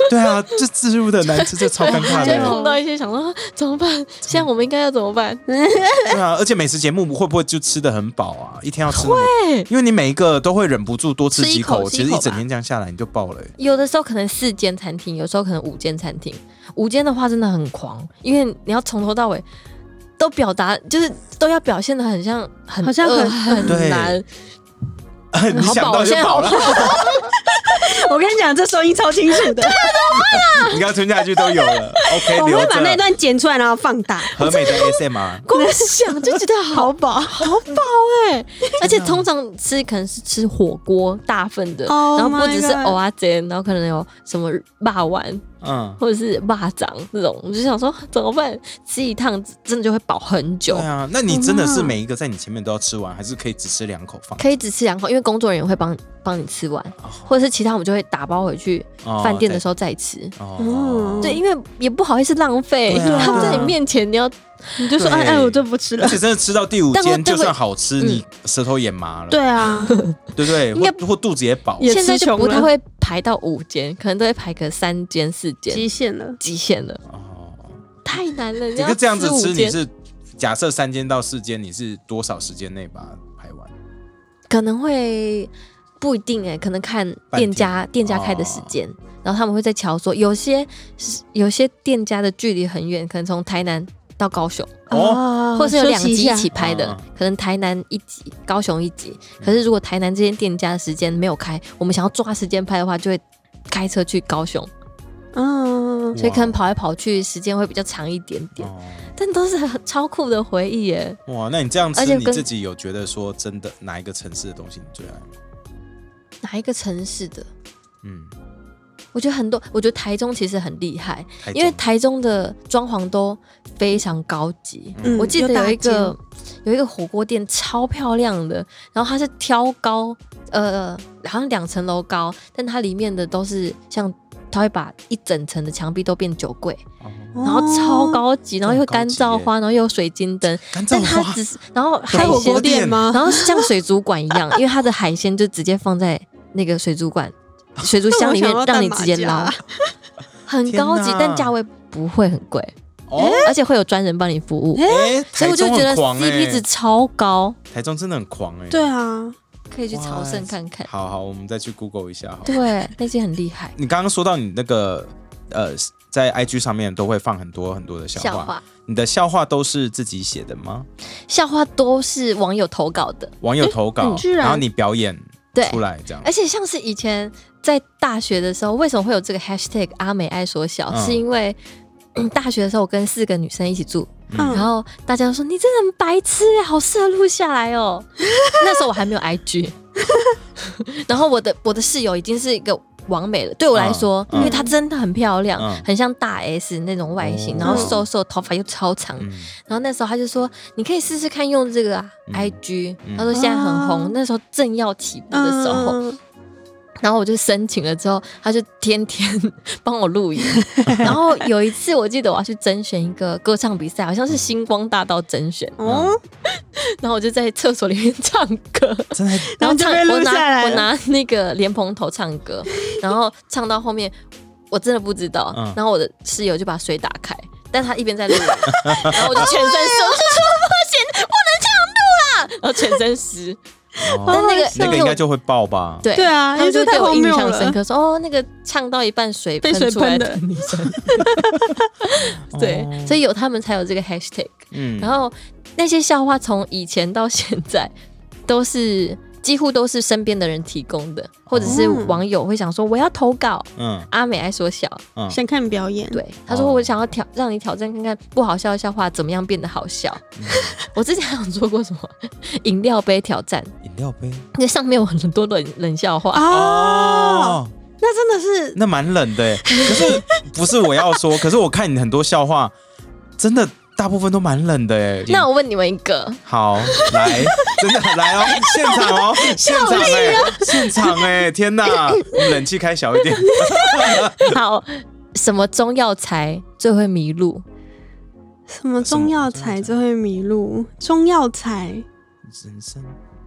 Speaker 1: 对啊，这自入的难吃，这超尴尬
Speaker 3: 就会
Speaker 2: 对
Speaker 1: 的，
Speaker 3: 碰到一些想说啊怎么办？现在我们应该要怎么办？
Speaker 1: 对啊，而且美食节目会不会就吃的很饱啊？一天要吃那么，因为你每一个都会忍不住多吃
Speaker 2: 吃一
Speaker 1: 几
Speaker 2: 口
Speaker 1: 口，
Speaker 2: 吃
Speaker 1: 其
Speaker 2: 一
Speaker 1: 实一
Speaker 2: 口
Speaker 1: 整
Speaker 2: 吧
Speaker 1: 天这样下来你就爆了、欸。
Speaker 3: 有的时候可能四间餐厅，有时候可能五间餐厅。五间的话真的很狂，因为你要从头到尾都表达，就是都要表现的很像很
Speaker 2: 好像
Speaker 3: 饿
Speaker 2: 很
Speaker 1: 对
Speaker 3: 很难。
Speaker 1: 你
Speaker 3: 好
Speaker 1: 想
Speaker 3: 饱
Speaker 1: 到
Speaker 3: 我
Speaker 1: 就
Speaker 3: 现在好
Speaker 1: 饱了，
Speaker 2: 我跟你讲，这收音超清 楚的，
Speaker 1: 你刚吞下去都有了。OK，
Speaker 3: 哎
Speaker 2: 我
Speaker 1: 留
Speaker 3: 啊
Speaker 2: 会把那
Speaker 1: 着。
Speaker 2: 段剪出来，然后放大。
Speaker 1: 和美的 SMR，
Speaker 3: 光想就觉得好 饱，
Speaker 2: 啊
Speaker 3: 好饱哎、而且通常吃可能是吃火锅大份的
Speaker 2: Oh
Speaker 3: 然后不只是
Speaker 2: my god
Speaker 3: 蚵仔煎，然后可能有什么霸丸，
Speaker 1: 嗯，
Speaker 3: 或者是蚂蚱这种，我就想说怎么办？吃一趟真的就会饱很久
Speaker 1: 对，啊，那你真的是每一个在你前面都要吃完，还是可以只吃两口放？
Speaker 3: 可以只吃两口，因为工作人员会帮帮你吃完，或者是其他我们就会打包回去
Speaker 1: 哦
Speaker 3: 饭店的时候再吃。
Speaker 1: 哦
Speaker 2: 嗯，，
Speaker 3: 对，因为也不好意思浪费，
Speaker 1: 对啊
Speaker 3: 他们在你面前你要
Speaker 2: 你就说，哎
Speaker 1: 对
Speaker 2: 哎，我这不吃了
Speaker 1: 而。且真的吃到第五
Speaker 3: 但
Speaker 1: 间，
Speaker 3: 会但
Speaker 1: 就
Speaker 3: 会
Speaker 1: 算好吃，你舌头也麻了，
Speaker 2: 对啊，
Speaker 1: 对不对？
Speaker 3: 应该
Speaker 1: 或或肚子也饱。
Speaker 2: 也
Speaker 3: 现在就
Speaker 2: 吃穷
Speaker 3: 不太
Speaker 2: 了
Speaker 3: 会排到五间，可能都会排个三间四间，
Speaker 2: 极限了。
Speaker 3: 极限了，
Speaker 1: 哦，
Speaker 3: 太难了。你
Speaker 1: 你
Speaker 3: 要
Speaker 1: 就这样子
Speaker 3: 五
Speaker 1: 吃，你
Speaker 3: 间
Speaker 1: 是假设三间到四间，你是多少时间内把它拍完？
Speaker 3: 可能会不一定哎、可能看店家店家开的时间，
Speaker 1: 哦
Speaker 3: 然后他们会在瞧说，有些是有些店家的距离很远，可能从台南到高雄，
Speaker 1: 哦，
Speaker 2: 哦
Speaker 3: 或是有两集一起
Speaker 2: 起
Speaker 3: 拍的
Speaker 1: 嗯，
Speaker 3: 可能台南一集，高雄一集。可是如果台南这间店家的时间没有开，我们想要抓时间拍的话，就会开车去高雄，
Speaker 2: 嗯，
Speaker 3: 所以可能
Speaker 1: 哇
Speaker 3: 跑来跑去时间会比较长一点点，
Speaker 1: 哦
Speaker 3: 但都是很超酷的回忆耶。
Speaker 1: 哇，那你这样
Speaker 3: 而
Speaker 1: 吃，
Speaker 3: 且
Speaker 1: 你
Speaker 3: 跟
Speaker 1: 自己有觉得说真的哪一个城市的东西你最爱吗？
Speaker 3: 哪一个城市的？
Speaker 1: 嗯，
Speaker 3: 我觉得很多，我觉得台中其实很厉害，
Speaker 1: 台
Speaker 3: 因为
Speaker 1: 中
Speaker 3: 台中的装潢都非常高级。
Speaker 2: 嗯
Speaker 3: 我记得
Speaker 2: 又大
Speaker 3: 有一
Speaker 2: 间
Speaker 3: 个有一个火锅店超漂亮的，然后它是挑高，呃，好像两层楼高，但它里面的都是像。它会把一整层的墙壁都变酒柜，
Speaker 1: 哦
Speaker 2: 哦
Speaker 3: 然后超高级，然后又有
Speaker 1: 这很
Speaker 3: 干
Speaker 1: 高级
Speaker 3: 燥
Speaker 1: 耶
Speaker 3: 花，然后又有水晶灯，
Speaker 1: 干燥
Speaker 3: 但它
Speaker 1: 花
Speaker 3: 只是，然后海
Speaker 2: 开火
Speaker 3: 鲜
Speaker 2: 锅店吗？
Speaker 3: 然后像水族馆一样，因为它的海鲜就直接放在那个水族馆、水族箱里面
Speaker 2: 我想，要
Speaker 3: 让你
Speaker 2: 蛋
Speaker 3: 直接
Speaker 2: 马
Speaker 3: 捞
Speaker 2: 甲，
Speaker 3: 很高级
Speaker 1: 天哪，
Speaker 3: 但价位不会很贵，
Speaker 1: 哦，
Speaker 3: 而且会有专人帮你服务，
Speaker 1: 哎，
Speaker 3: 所以
Speaker 1: 台
Speaker 3: 我就
Speaker 1: 中
Speaker 3: 觉得
Speaker 1: 很狂
Speaker 3: CP
Speaker 1: 哎
Speaker 3: 值超高，
Speaker 1: 台中真的很狂哎。
Speaker 2: 对，啊，
Speaker 3: 可以去朝圣
Speaker 1: 哇
Speaker 3: 看看。
Speaker 1: 好好，我们再去 Google 一下好了。
Speaker 3: 对，那些很厉害，
Speaker 1: 你刚刚说到你那个呃，在 IG 上面都会放很多很多 的笑话，
Speaker 3: 笑话
Speaker 1: 你的笑话都是自己写的吗？
Speaker 3: 笑话都是网友投稿的，
Speaker 1: 网友投稿，
Speaker 2: 嗯居然
Speaker 1: 然后你表演
Speaker 3: 对，
Speaker 1: 出来这样
Speaker 3: 而。且像是以前在大学的时候，为什么会有这个 hashtag 阿美爱说笑，
Speaker 1: 嗯
Speaker 3: 是因为。 嗯大学的时候，我跟四个女生一起住，
Speaker 2: 嗯
Speaker 3: 然后大家都说你真的很白痴耶，好适合录下来哦。 那时候我还没有 IG，然后我的我的室友已经是一个完美了，对我来说，
Speaker 1: 嗯
Speaker 3: 因为她真的很漂亮，
Speaker 1: 嗯
Speaker 3: 很像大 S 那种外形，
Speaker 1: 哦
Speaker 3: 然后瘦瘦，头发又超长。
Speaker 1: 嗯
Speaker 3: 然后那时候她就说，你可以试试看用这个啊、
Speaker 1: 嗯
Speaker 3: IG，
Speaker 1: 嗯
Speaker 3: 她说现在很红，
Speaker 2: 啊
Speaker 3: 那时候正要起步的时候。
Speaker 2: 嗯，
Speaker 3: 然后我就申请了之后，他就天天帮我录影。 然后有一次我记得我要去甄选一个歌唱比赛，好像是星光大道甄选，
Speaker 2: 哦，
Speaker 3: 然后我就在厕所里面唱歌，
Speaker 1: 真的
Speaker 3: 然后唱
Speaker 2: 然后就被录
Speaker 3: 我
Speaker 2: 下
Speaker 3: 拿
Speaker 2: 来
Speaker 3: 我
Speaker 2: 了
Speaker 3: 拿那个莲蓬头唱歌，然后唱到后面我真的不知道，
Speaker 1: 嗯
Speaker 3: 然后我的室友就把水打开，但他一边在录影， 然后我就全身湿，我就说不行，不能这样录啦，然后全身湿，
Speaker 1: 哦
Speaker 3: 但那个
Speaker 1: 那个应该就会爆吧？
Speaker 3: 对
Speaker 2: 对啊
Speaker 3: 他们
Speaker 2: 因为
Speaker 3: 就
Speaker 2: 这
Speaker 3: 对
Speaker 2: 太
Speaker 3: 我
Speaker 2: 荒
Speaker 3: 印
Speaker 2: 谬
Speaker 3: 象
Speaker 2: 了
Speaker 3: 深刻，说哦，那个唱到一半水
Speaker 2: 被水
Speaker 3: 出来
Speaker 2: 喷
Speaker 3: 的
Speaker 2: 的
Speaker 3: 女生，对，所以有他们才有这个 hashtag。
Speaker 1: 嗯
Speaker 3: 然后那些笑话从以前到现在都是几乎都是身边的人提供的，或者是
Speaker 2: 哦
Speaker 3: 网友会想说我要投稿。
Speaker 1: 嗯
Speaker 3: 阿美爱说笑，
Speaker 1: 嗯，
Speaker 2: 想看表演，
Speaker 3: 对，他说
Speaker 1: 哦
Speaker 3: 我想要挑让你挑战看看不好笑的笑话怎么样变得好笑。
Speaker 1: 嗯
Speaker 3: 我之前还有做过什么 饮料杯挑战，
Speaker 1: 饮料杯
Speaker 3: 那上面有很多冷冷笑话。
Speaker 2: 啊哦，，那真的是
Speaker 1: 那蛮冷的欸。可是不是我要说，可是我看你很多笑话，真的大部分都蛮冷的哎。
Speaker 3: 那我问你们一个，
Speaker 1: 好，来，真的来哦，现场哦，现场哎、现场哎、天哪，我们冷气开小一点。
Speaker 3: 好，什么中药材最会迷路？
Speaker 2: 什么中药材就会迷路？中药材
Speaker 1: 人生，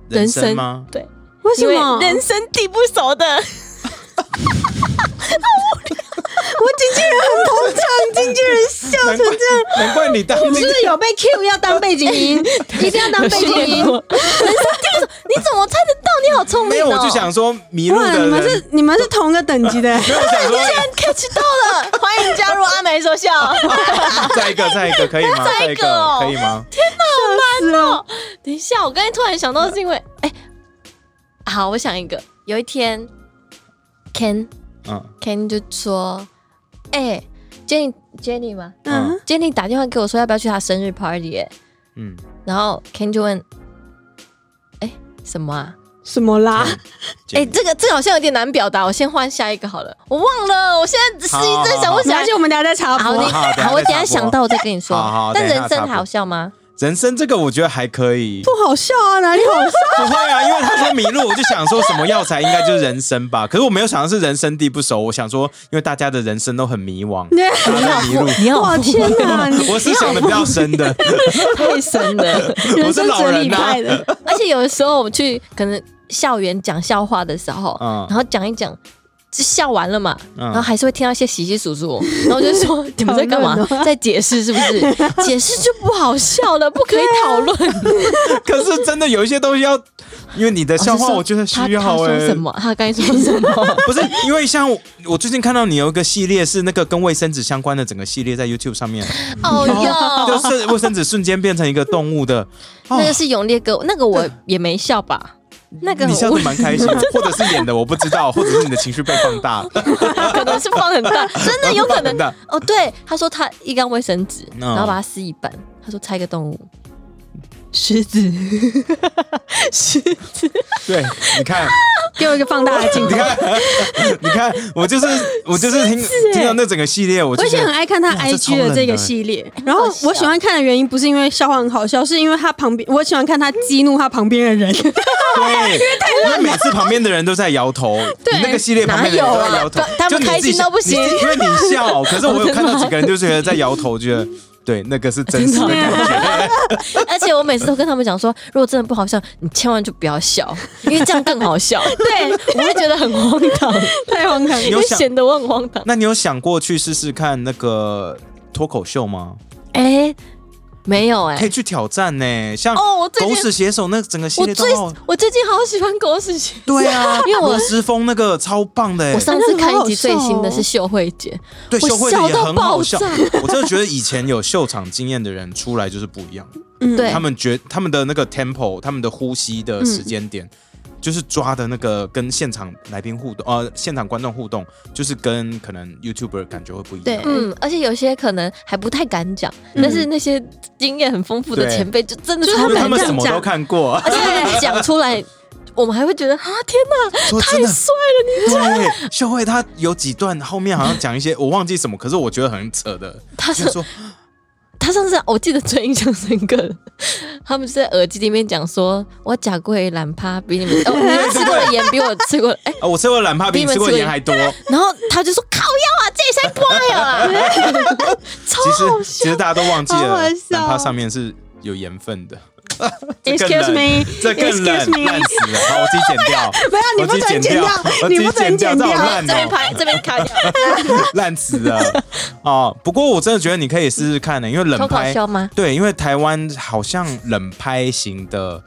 Speaker 3: 人
Speaker 1: 人
Speaker 3: 参
Speaker 1: 生吗？
Speaker 3: 对，
Speaker 2: 为什
Speaker 3: 因
Speaker 2: 么？
Speaker 3: 为人生地不熟的，
Speaker 2: 我经纪人很 捧场，经纪人笑
Speaker 1: 难怪，难怪你当兵
Speaker 2: 是不是有被 Q 要当背 景音？一定要当背 景音。
Speaker 3: 过。人生地不熟，你怎么猜得到？你好聪
Speaker 1: 没
Speaker 3: 明、哦！
Speaker 1: 有，我就想说迷路
Speaker 2: 哇，
Speaker 1: 的
Speaker 2: 你们
Speaker 1: 人，
Speaker 2: 是你们是同个等级 的，
Speaker 1: 没有我想说
Speaker 3: catch 到了， 欢迎加入阿美说笑。
Speaker 1: 再一个，再一个，可以吗？
Speaker 3: 再
Speaker 1: 再
Speaker 3: 一
Speaker 1: 一
Speaker 3: 个哦
Speaker 1: 个，可以吗？
Speaker 2: 是哦，
Speaker 3: 等一下，我刚才突然想到是因为，哎、好，我想一个，有一天，Ken
Speaker 1: 嗯
Speaker 3: Ken 就说，哎、j e n n y Jenny 吗
Speaker 2: 嗯，
Speaker 3: ？Jenny 打电话给我说要不要去她生日 party 耶、
Speaker 1: 嗯，
Speaker 3: 然后 Ken 就问：“哎、什么啊？
Speaker 2: 什么啦？
Speaker 1: 嗯
Speaker 3: 哎、
Speaker 1: Jenny
Speaker 3: 这个这个好像有点难表达，我先换下一个好了。我忘了，我现在是一阵想不起
Speaker 2: 没
Speaker 3: 来
Speaker 2: 关。系，我们等一下再查
Speaker 3: 好，
Speaker 2: 播
Speaker 3: 你。
Speaker 1: 好好等一下
Speaker 3: 我
Speaker 1: 再
Speaker 3: 等一下
Speaker 1: 插播
Speaker 3: 想到我再跟你说。
Speaker 1: 好好
Speaker 3: 但
Speaker 1: 等一下
Speaker 3: 人生
Speaker 1: 插播
Speaker 3: 还好笑吗？
Speaker 1: 人生这个我觉得还可以，
Speaker 2: 不好笑啊，哪里好笑？
Speaker 1: 不会啊，因为他说迷路，我就想说什么药材应该就是人参吧，可是我没有想到是人生地不熟，我想说因为大家的人生都很迷惘， 大家都迷路。
Speaker 3: 你
Speaker 2: 哇天哪！你
Speaker 1: 我是想的比较深的，
Speaker 3: 太神了！
Speaker 1: 我
Speaker 2: 人
Speaker 1: 是
Speaker 2: 生
Speaker 1: 老
Speaker 2: 哲
Speaker 1: 人啊
Speaker 2: 理
Speaker 1: 呐、
Speaker 2: 派的，
Speaker 3: 而且有的时候我们去可能校园讲笑话的时候，
Speaker 1: 嗯
Speaker 3: 然后讲一讲，就笑完了嘛，
Speaker 1: 嗯
Speaker 3: 然后还是会听到一些稀稀疏疏，然后我就说你们在干嘛
Speaker 2: 讨论？
Speaker 3: 在解释是不是？解释就不好笑了，不可以讨论。
Speaker 1: 可是真的有一些东西要，因为你的笑话，我觉得需
Speaker 3: 他他
Speaker 1: 要
Speaker 3: 哦说
Speaker 1: 哎、
Speaker 3: 什么？他该说什么？
Speaker 1: 不是因为像我，我最近看到你有一个系列是那个跟卫生纸相关的整个系列在 YouTube 上面，
Speaker 3: 哦哟，
Speaker 1: 就是卫生纸瞬间变成一个动 物的，哦
Speaker 3: 那个是永烈哥，那个我也没笑吧？ 那个
Speaker 1: 你笑
Speaker 3: 我
Speaker 1: 得蛮开 心，或者是演的我不知道，或者是你的情绪被放大，
Speaker 3: 可能是放很 大，真 的有可能
Speaker 1: 放大
Speaker 3: 哦，对，他说他一缸卫生纸，
Speaker 1: 嗯
Speaker 3: 然后把它撕一半。他说猜个动物，狮子， 狮子，
Speaker 1: 对，你看，
Speaker 2: 给我一个放大的镜
Speaker 1: 你
Speaker 2: 头。
Speaker 1: 看，你看，我就是我就是听听到那整个系列，我
Speaker 2: 我
Speaker 1: 就
Speaker 2: 以
Speaker 1: 觉
Speaker 2: 前很
Speaker 1: 得
Speaker 2: 爱看他
Speaker 1: 哇这超
Speaker 2: IG
Speaker 1: 冷
Speaker 2: 的
Speaker 1: 的
Speaker 2: 这个系列，然后我喜欢看的原因不是因为笑话很好笑，是因为他旁边我喜欢看他激怒他旁边的人。
Speaker 1: 对，因为每次旁边的人都在摇头，你那个系列旁边的人都在摇头
Speaker 3: 哪有啊，他
Speaker 1: 就
Speaker 3: 们
Speaker 1: 你
Speaker 3: 开
Speaker 1: 自己
Speaker 3: 心到不行
Speaker 1: 你因为你 笑，可是我有
Speaker 3: 真的
Speaker 1: 看
Speaker 3: 吗
Speaker 1: 到几个人就觉得在摇头，觉得对，那个是真实的
Speaker 2: 真的
Speaker 1: 感觉。
Speaker 3: 而且我每次都跟他们讲说，如果真的不好笑，你千万就不要笑，因为这样更好 笑。对，我会觉得很荒唐，
Speaker 2: 太荒唐了！
Speaker 1: 你
Speaker 3: 因
Speaker 1: 有
Speaker 3: 为
Speaker 1: 想
Speaker 3: 显得我很荒唐。
Speaker 1: 那你有想过去试试看那个脱口秀吗？
Speaker 3: 哎、没有哎、
Speaker 1: 可以去挑战呢，像
Speaker 3: 哦我最
Speaker 1: 狗
Speaker 3: 近
Speaker 1: 屎写手那整个系
Speaker 3: 我
Speaker 1: 列都哦
Speaker 3: 最
Speaker 1: 好。
Speaker 3: 我最近好喜欢狗屎学，
Speaker 1: 对啊，
Speaker 3: 因为我
Speaker 1: 罗斯峰那个超棒的欸，
Speaker 3: 我上次看一集最
Speaker 2: 真的好好笑
Speaker 3: 新
Speaker 2: 哦
Speaker 3: 的是秀慧姐，
Speaker 1: 对
Speaker 3: 我
Speaker 1: 秀慧的也
Speaker 3: 笑到
Speaker 1: 很好笑
Speaker 3: 爆炸。
Speaker 1: 我真的觉得以前有秀场经验的人出来就是不一样，
Speaker 2: 嗯
Speaker 3: 对
Speaker 1: 他们觉他们的那个 tempo，他们的呼吸的时间点。
Speaker 3: 嗯
Speaker 1: 就是抓的那个跟现场来宾互动，呃，现场观众互动，就是跟可能 YouTuber 感觉会不一样。
Speaker 2: 对
Speaker 3: 嗯，而且有些可能还不太敢讲，
Speaker 1: 嗯
Speaker 3: 但是那些经验很丰富的
Speaker 1: 对
Speaker 3: 前辈就真的
Speaker 2: 就是
Speaker 3: 超
Speaker 1: 因为他
Speaker 3: 敢
Speaker 1: 们
Speaker 3: 讲
Speaker 1: 什，么都 看过，
Speaker 3: 而且他们讲出来，我们还会觉得啊，天哪，
Speaker 1: 说哦
Speaker 3: 太
Speaker 1: 真的，
Speaker 3: 帅了！你
Speaker 1: 对，秀慧她有几段后面好像讲一些我忘记什么，可是我觉得很扯的，
Speaker 3: 他
Speaker 1: 就是
Speaker 3: 是
Speaker 1: 说
Speaker 3: 他上次哦我记得最印象深刻的，他们是在耳机里面讲说，我假过的懒趴比你们 哦，你们吃过的盐比我吃过的哎，
Speaker 1: 啊，我吃过懒趴比你吃过盐还多。
Speaker 2: 啊
Speaker 3: 然后他就说靠腰啊，这也太怪了 啦， 超
Speaker 1: 其
Speaker 3: 好
Speaker 1: 实
Speaker 3: 笑
Speaker 1: 其实大家都忘记
Speaker 2: 好
Speaker 1: 了，
Speaker 2: 好笑
Speaker 1: 懒趴上面是有盐分的。这更
Speaker 2: Excuse
Speaker 1: 冷
Speaker 2: me，
Speaker 1: 这更
Speaker 2: Excuse
Speaker 1: 冷，烂
Speaker 2: me，
Speaker 1: 死了！好，我自己剪掉。
Speaker 2: 没有你
Speaker 1: 我
Speaker 2: 不
Speaker 1: 自己
Speaker 2: 准剪掉，
Speaker 1: 我
Speaker 2: 你
Speaker 1: 自己
Speaker 2: 不
Speaker 1: 剪掉，
Speaker 2: 准剪
Speaker 1: 这好
Speaker 2: 掉。
Speaker 1: 烂
Speaker 3: 这边
Speaker 1: 哦，
Speaker 3: 拍这边卡掉，
Speaker 1: 烂死了！哦，不过我真的觉得你可以试试看呢，因为冷
Speaker 3: 脱口
Speaker 1: 拍，
Speaker 3: 秀吗？
Speaker 1: 对，因为台湾好像冷拍型的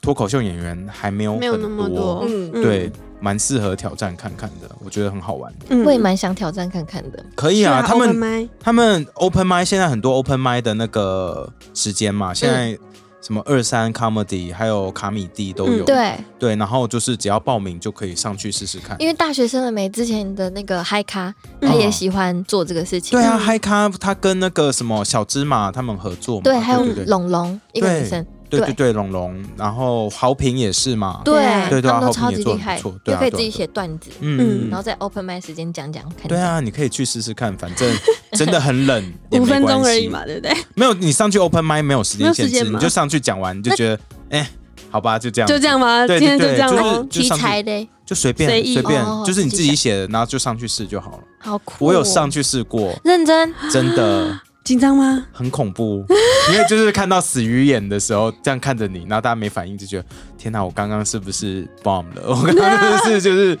Speaker 1: 脱口秀演员还没有
Speaker 2: 没有
Speaker 1: 很
Speaker 2: 那么多，
Speaker 3: 嗯
Speaker 2: 嗯，
Speaker 1: 对，蛮适合挑战看看的，我觉得很好玩。
Speaker 2: 嗯
Speaker 3: 我也蛮想挑战看看的。
Speaker 1: 可以啊，
Speaker 2: 是
Speaker 1: 他
Speaker 2: open
Speaker 1: 们
Speaker 2: mic
Speaker 1: 他们 open m i 现在很多 open m i 的那个时间
Speaker 2: 嗯
Speaker 1: 嘛，现在什么二三 comedy 还有卡米蒂都有，
Speaker 2: 嗯
Speaker 3: 对，
Speaker 1: 对，然后就是只要报名就可以上去试试看。
Speaker 3: 因为大学生了没之前的那个嗨咖，他
Speaker 1: 嗯
Speaker 3: 也喜欢做这个事情。嗯
Speaker 1: 对
Speaker 2: 嗯
Speaker 1: 啊，嗨咖他跟那个什么小芝麻他们合作嘛，
Speaker 3: 对，还有
Speaker 1: 对对
Speaker 3: 龙龙一个女生，
Speaker 1: 对
Speaker 3: 对
Speaker 1: 对对，龙龙，然后豪平也是嘛，
Speaker 2: 对啊
Speaker 1: 对对啊
Speaker 3: 他们都
Speaker 1: 浩
Speaker 3: 超
Speaker 1: 平
Speaker 3: 级
Speaker 1: 也做
Speaker 3: 厉
Speaker 1: 得
Speaker 3: 害，
Speaker 1: 不错对
Speaker 3: 又
Speaker 1: 啊
Speaker 3: 可以
Speaker 1: 对啊
Speaker 3: 自己
Speaker 1: 对啊
Speaker 3: 写段子，
Speaker 1: 嗯，
Speaker 3: 然后在 open mic 时间讲讲看。
Speaker 1: 对，啊，你可以去试试看，反 正真的很冷，也
Speaker 2: 五
Speaker 1: 没
Speaker 2: 分钟
Speaker 1: 关
Speaker 2: 而
Speaker 1: 系
Speaker 2: 已。嘛，对不对？
Speaker 1: 没有，你上去 open m i 没有时
Speaker 2: 没
Speaker 1: 间
Speaker 2: 有时
Speaker 1: 限制，
Speaker 2: 间
Speaker 1: 你
Speaker 2: 吗
Speaker 1: 就上去讲完，你就觉得哎，好吧，就这样，
Speaker 2: 就这样吗？
Speaker 1: 对
Speaker 2: 今
Speaker 1: 对
Speaker 2: 天就
Speaker 1: 对
Speaker 2: 这样
Speaker 1: 就是
Speaker 2: 喽。
Speaker 1: 就
Speaker 3: 题
Speaker 1: 上去
Speaker 3: 材嘞，
Speaker 1: 就随便
Speaker 2: 随意
Speaker 1: 随便
Speaker 3: 哦，
Speaker 1: 就是你自己写的，然后就上去试就好了。
Speaker 3: 好酷哦！
Speaker 1: 我有上去试过，
Speaker 3: 认真，
Speaker 1: 真 的。
Speaker 2: 紧张吗？
Speaker 1: 很恐怖，因为就是看到死鱼眼的时候，这样看着你，然后大家没反应，就觉得天哪，我刚刚是不是 bomb 了？ 我刚刚是不是就是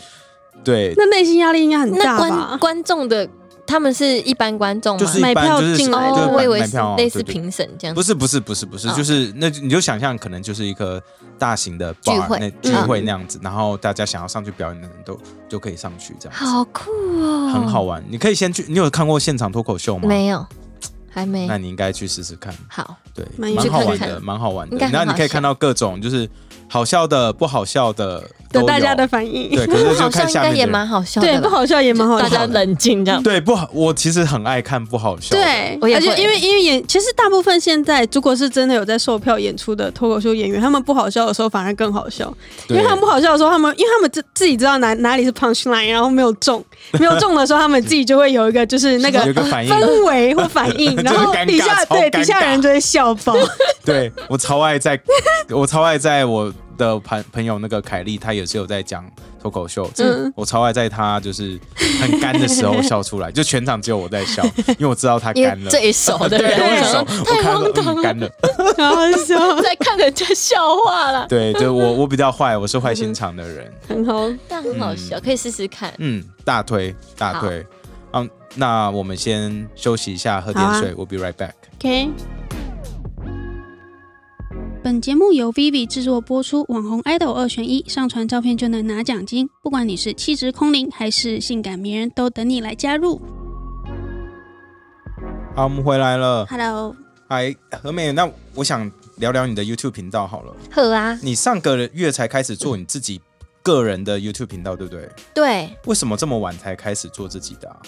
Speaker 1: 对，
Speaker 2: 那内心压力应该很
Speaker 3: 那
Speaker 2: 大
Speaker 3: 观
Speaker 2: 吧？
Speaker 3: 观众的他们是一般观众吗
Speaker 1: 就？是一般就是
Speaker 2: 买票进来
Speaker 1: 就是
Speaker 3: 哦
Speaker 1: 买，
Speaker 3: 我以为
Speaker 1: 买
Speaker 3: 是
Speaker 1: 票啊
Speaker 3: 类似
Speaker 1: 对对
Speaker 3: 评审这样
Speaker 1: 不。是不是不是不是，
Speaker 3: 哦
Speaker 1: 就是那你就想象可能就是一个大型的
Speaker 3: 聚
Speaker 1: bar
Speaker 3: 会嗯
Speaker 1: 那聚会那样子，然后大家想要上去表演的人都就可以上去这样子，
Speaker 3: 好酷哦！
Speaker 1: 很好，玩。你可以先去，你有看过现场脱口秀吗？
Speaker 3: 没有，还没
Speaker 1: 那。你应该去试试看。
Speaker 3: 好，
Speaker 1: 对，
Speaker 2: 蛮
Speaker 1: 蛮
Speaker 2: 有
Speaker 1: 好玩
Speaker 3: 趣的
Speaker 1: 的，蛮好玩的
Speaker 3: 应该。很
Speaker 1: 然后你可
Speaker 3: 好
Speaker 1: 以
Speaker 3: 笑
Speaker 1: 看到各种就是好笑的、不好笑的，
Speaker 2: 等
Speaker 1: 都
Speaker 2: 大家
Speaker 1: 有
Speaker 2: 的反应，
Speaker 1: 对，可是 就
Speaker 3: 好
Speaker 1: 看
Speaker 3: 像应
Speaker 1: 下
Speaker 3: 该
Speaker 1: 面的
Speaker 3: 也
Speaker 1: 人
Speaker 3: 蛮好笑的
Speaker 2: 对，
Speaker 3: 吧，
Speaker 2: 不好笑也蛮好
Speaker 3: 大
Speaker 2: 笑
Speaker 3: 家
Speaker 2: 的。
Speaker 3: 冷静这样。
Speaker 1: 对不好，我其实很爱看不好笑的。
Speaker 2: 对，
Speaker 3: 我也
Speaker 2: 而且
Speaker 3: 会
Speaker 2: 因为因为演，其实大部分现在如果是真的有在售票演出的脱口秀演员，他们不好笑的时候反而更好笑，因
Speaker 1: 对，
Speaker 2: 为他们不好笑的时候，他们因为他们自自己知道哪哪里是 punch line，然后没有中，没有中的时候，他们自己就会有一个就是那个
Speaker 1: 有一个反应，
Speaker 2: 氛围或反应，
Speaker 1: 真的
Speaker 2: 然后
Speaker 1: 尴尬
Speaker 2: 底下
Speaker 1: 超尴尬
Speaker 2: 对底下人就会笑爆。
Speaker 1: 对我超爱在，我超爱在我的朋朋友那个凯莉，她也是有在讲脱口秀，
Speaker 2: 嗯
Speaker 1: 我超爱在她就是很干的时候笑出来，就全场只有我在笑，因为我知道她
Speaker 3: 因
Speaker 1: 干
Speaker 3: 为
Speaker 1: 了。
Speaker 3: 最 熟的
Speaker 1: 对，
Speaker 3: 人，
Speaker 1: 我
Speaker 3: 我
Speaker 1: 手
Speaker 3: 想说太
Speaker 1: 我
Speaker 3: 荒
Speaker 1: 看
Speaker 3: 唐
Speaker 1: 了，嗯
Speaker 3: 了，
Speaker 1: 干了。
Speaker 2: 好好笑，
Speaker 3: 在看人家笑话了，
Speaker 1: 对，就我我比较坏，我是坏心肠的人。
Speaker 2: 很好。
Speaker 3: 但很好笑，可以试试看。
Speaker 1: 嗯，大推大推。嗯，那我们先休息一下，喝
Speaker 3: 啊
Speaker 1: 点水。We'll be right back。
Speaker 2: OK。本节目由 Vivi 制作播出，网红 idol 二选一，上传照片就能拿奖金。不管你是气质空灵还是性感迷人，都等你来加入。
Speaker 1: 好，我们回来了。
Speaker 2: Hello，
Speaker 1: 嗨，何美，那我想聊聊你的 YouTube 频道好了。
Speaker 3: 喝啊，
Speaker 1: 你上个月才开始做你自己个人的 YouTube 频道，对不对？
Speaker 3: 对，
Speaker 1: 为什么这么晚才开始做自己的、啊？
Speaker 3: 哦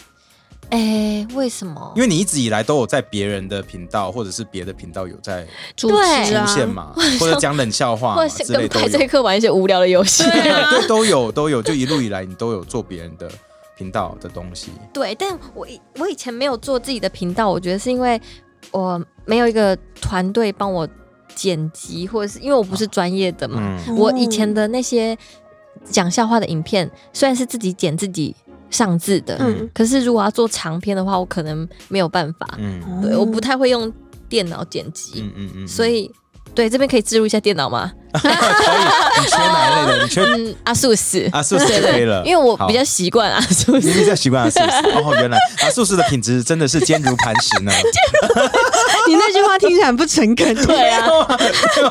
Speaker 3: 哎，为什么
Speaker 1: 因？为你一直以来都有在别人的频道或者是别的频道有在
Speaker 2: 主
Speaker 3: 对
Speaker 2: 持
Speaker 1: 出
Speaker 2: 啊，
Speaker 1: 现嘛， 或者讲冷笑话
Speaker 3: 或
Speaker 1: 嘛
Speaker 3: 者是
Speaker 1: 之
Speaker 3: 跟
Speaker 1: 类都
Speaker 3: 派
Speaker 1: 有。
Speaker 3: 对客玩一些无聊的游戏。
Speaker 2: 对啊
Speaker 1: 对，都有都有，就一路以来你都有做别人的频道的东西。
Speaker 3: 对，但我以我以前没有做自己的频道，我觉得是因为我没有一个团队帮我剪辑，或者是因为我不是专业的嘛。
Speaker 1: 哦嗯
Speaker 3: 我以前的那些讲笑话的影片，虽然是自己剪自己上字的，
Speaker 2: 嗯
Speaker 3: 可是如果要做长篇的话，我可能没有办法。
Speaker 1: 嗯
Speaker 3: 对，我不太会用电脑剪辑，
Speaker 1: 嗯嗯啊嗯，
Speaker 3: 所以对这边可以植入一下电脑吗？
Speaker 1: 你缺哪一类的？你缺
Speaker 3: 嗯，阿素斯，
Speaker 1: 阿素斯
Speaker 3: 对
Speaker 1: 就可以
Speaker 3: 对
Speaker 1: 了，
Speaker 3: 因为我
Speaker 1: 啊好
Speaker 3: 比较习惯阿素
Speaker 1: 你
Speaker 3: 斯。
Speaker 1: 比较习惯阿素斯。 哦，原来阿素斯的品质真的是坚如磐石呢。
Speaker 2: 你那句话听起来很不诚恳。
Speaker 3: 对啊，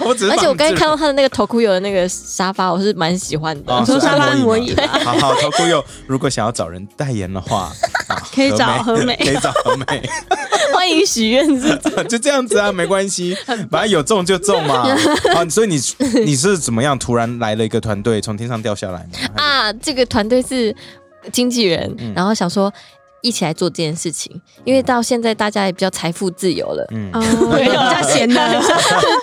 Speaker 1: 我只是
Speaker 3: 而且我刚才看
Speaker 1: 到
Speaker 3: 到他的那个头箍有的那个沙发，我是蛮喜欢的。
Speaker 1: 哦，
Speaker 2: 头
Speaker 1: 是
Speaker 2: 纱
Speaker 1: 按
Speaker 2: 按摩
Speaker 1: 摩
Speaker 2: 椅
Speaker 1: 椅嘛。好好，头箍佑，如果想要找人代言的话，啊
Speaker 2: 可以找
Speaker 1: 何美
Speaker 2: 何美
Speaker 1: 可以找何美，
Speaker 3: 欢迎许愿是
Speaker 1: 就这样子啊，没 关系，反正有中就中嘛。啊，所以你你是怎么样突然来了一个团队，从天上掉下来吗？
Speaker 3: 啊，这个团队是经纪人，
Speaker 1: 嗯
Speaker 3: 然后想说一起来做这件事情，因为到现在大家也比较财富自由了。
Speaker 1: 嗯
Speaker 2: 哦，比较闲 的，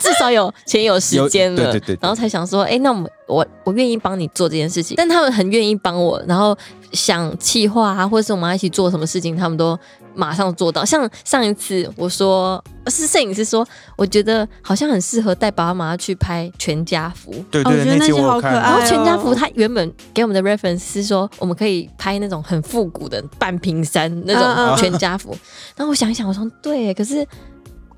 Speaker 3: 至少有钱有时间了，
Speaker 1: 有对对对对
Speaker 3: 然后才想说，哎、那我们我我愿意帮你做这件事情，但他们很愿意帮我，然后想企划啊，或者是我们要一起做什么事情，他们都马上做到。像上一次我说是摄影师说，我觉得好像很适合带爸爸妈妈去拍全家福。
Speaker 1: 对
Speaker 2: 哦我
Speaker 1: 对，
Speaker 2: 觉得那
Speaker 1: 集
Speaker 2: 些
Speaker 1: 我
Speaker 2: 好
Speaker 1: 有
Speaker 2: 可
Speaker 1: 看，啊
Speaker 2: 爱
Speaker 3: 然
Speaker 2: 哦
Speaker 3: 后全家福，他原本给我们的 reference 是说，我们可以拍那种很复古的半屏山那
Speaker 2: 嗯嗯
Speaker 3: 种
Speaker 2: 嗯
Speaker 3: 全家福。然后我想一想，我说对，可是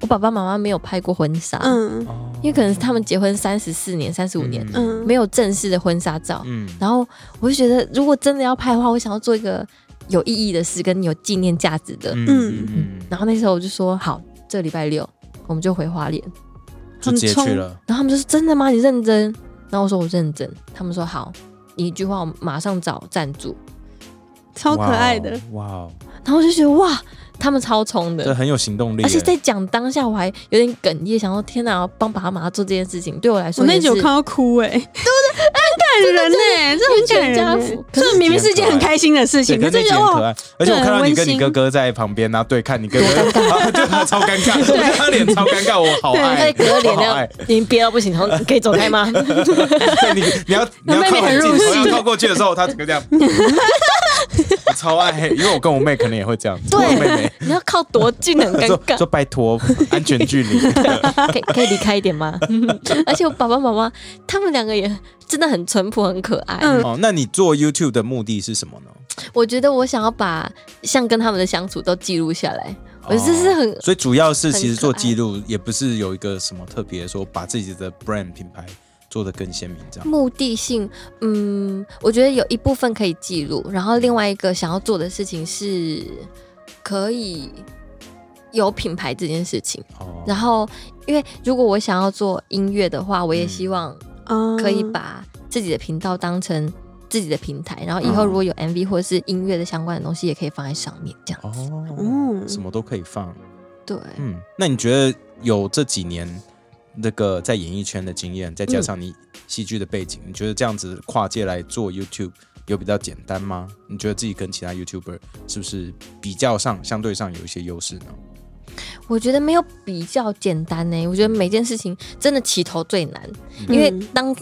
Speaker 3: 我爸爸妈妈没有拍过婚纱，
Speaker 2: 嗯
Speaker 1: 哦
Speaker 3: 因为可能是他们结婚三十四年、三十五年，
Speaker 2: 嗯，
Speaker 3: 没有正式的婚纱照。
Speaker 1: 嗯
Speaker 3: 然后我就觉得，如果真的要拍的话，我想要做一个有意义的事，跟有纪念价值的。
Speaker 1: 嗯
Speaker 2: 嗯
Speaker 1: 嗯，
Speaker 3: 然后那时候我就说，好，这个礼拜六我们就回花莲。
Speaker 1: 就直接去了。
Speaker 3: 然后他们就说：“真的吗？你认真？”然后我说：“我认真。”他们说：“好，你一句话，我马上找赞助。
Speaker 2: 超可爱的，
Speaker 1: 哇哦，哇哦”
Speaker 3: 然后我就觉得哇，他们超冲
Speaker 1: 这
Speaker 3: 的，
Speaker 1: 很有行动力耶。
Speaker 3: 而且在讲当下，我还有点哽咽，想说：“天哪，帮爸爸妈妈做这件事情，对我来说
Speaker 2: 我那
Speaker 3: 也
Speaker 2: 集
Speaker 3: 是
Speaker 2: 有看到哭哎，对不对？很感人呢，这很感
Speaker 3: 全家
Speaker 2: 人欸
Speaker 3: 福。”可
Speaker 2: 这明明是一件很开心的事
Speaker 1: 对，
Speaker 2: 情，
Speaker 1: 可
Speaker 2: 可
Speaker 1: 是那
Speaker 2: 是
Speaker 1: 集
Speaker 2: 觉得
Speaker 1: 很可
Speaker 2: 哇，
Speaker 1: 爱，哦而且我看到你跟
Speaker 2: 对很温
Speaker 1: 你
Speaker 2: 馨
Speaker 1: 哥哥在旁边，然后对看你哥哥，啊 对他超尴尬，我觉得他脸超尴尬，我好
Speaker 3: 他在
Speaker 1: 爱，
Speaker 3: 隔着脸
Speaker 1: 我
Speaker 3: 那样
Speaker 1: 好爱。
Speaker 3: 已经憋到不行，然后你可以走开吗？
Speaker 1: 对你，你要你要
Speaker 2: 妹妹
Speaker 1: 靠很
Speaker 2: 很入
Speaker 1: 近，
Speaker 2: 戏
Speaker 1: 我要靠过去的时候，他整个这样，我超爱，因为我跟我妹可能也会这样子，我妹
Speaker 3: 对
Speaker 1: 妹，
Speaker 3: 你要靠多近很尴
Speaker 1: 说
Speaker 3: 尬
Speaker 1: 说。拜托安全距离，
Speaker 3: 可以可以离开一点吗？ 而且我爸爸妈妈他们两个也真的很淳朴，很可爱。
Speaker 2: 嗯
Speaker 1: 哦，那你做 YouTube 的目的是什么呢？
Speaker 3: 我觉得我想要把像跟他们的相处都记录下来，我这是很
Speaker 1: 哦所以主要是其实
Speaker 3: 很可
Speaker 1: 做
Speaker 3: 爱
Speaker 1: 记录，也不是有一个什么特别说把自己的 brand 品牌做得更鲜明这样。
Speaker 3: 目的性。嗯，我觉得有一部分可以记录，然后另外一个想要做的事情是可以有品牌这件事情。
Speaker 1: 哦，
Speaker 3: 然后，因为如果我想要做音乐的话，我也希望
Speaker 2: 啊
Speaker 3: 可以把自己的频道当成。自己的平台，然后以后如果有 MV 或者是音乐的相关的东西，也可以放在上面，这样
Speaker 1: 哦，
Speaker 2: 嗯
Speaker 1: 什么都可以放。
Speaker 3: 对。
Speaker 1: 嗯，那你觉得有这几年那个在演艺圈的经验，再加
Speaker 3: 嗯
Speaker 1: 上你戏剧的背景，你觉得这样子跨界来做 YouTube 有比较简单吗？你觉得自己跟其他 YouTuber 是不是比较上相对上有一些优势呢？
Speaker 3: 我觉得没有比较简单呢、我觉得每件事情真的起头最难，
Speaker 2: 嗯
Speaker 3: 因为当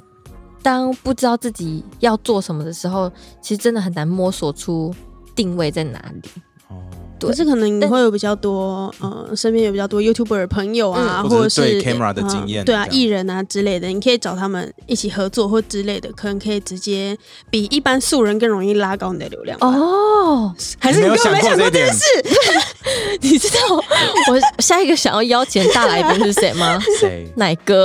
Speaker 3: 当不知道自己要做什么的时候，其实真的很难摸索出定位在哪里。
Speaker 1: 哦，
Speaker 3: 对
Speaker 2: 可是可能你
Speaker 3: 但
Speaker 2: 会有比较多，呃，身边有比较多 YouTuber 朋友
Speaker 1: 嗯
Speaker 2: 啊，或
Speaker 1: 或
Speaker 2: 者
Speaker 1: 者
Speaker 2: 是
Speaker 1: 是对 camera 的
Speaker 2: 呃
Speaker 1: 经验
Speaker 2: 对啊，
Speaker 1: 这样
Speaker 2: 艺人啊之类的，你可以找他们一起合作或之类的，可能可以直接比一般素人更容易拉高你的流量吧。
Speaker 3: 哦，
Speaker 2: 还是你
Speaker 1: 没有
Speaker 2: 根本没
Speaker 1: 想过
Speaker 2: 想
Speaker 1: 这一
Speaker 2: 过这件
Speaker 1: 点
Speaker 2: 事？
Speaker 3: 你知道我下一个想要邀请大来宾是谁 吗？
Speaker 1: 谁？
Speaker 3: 奶哥，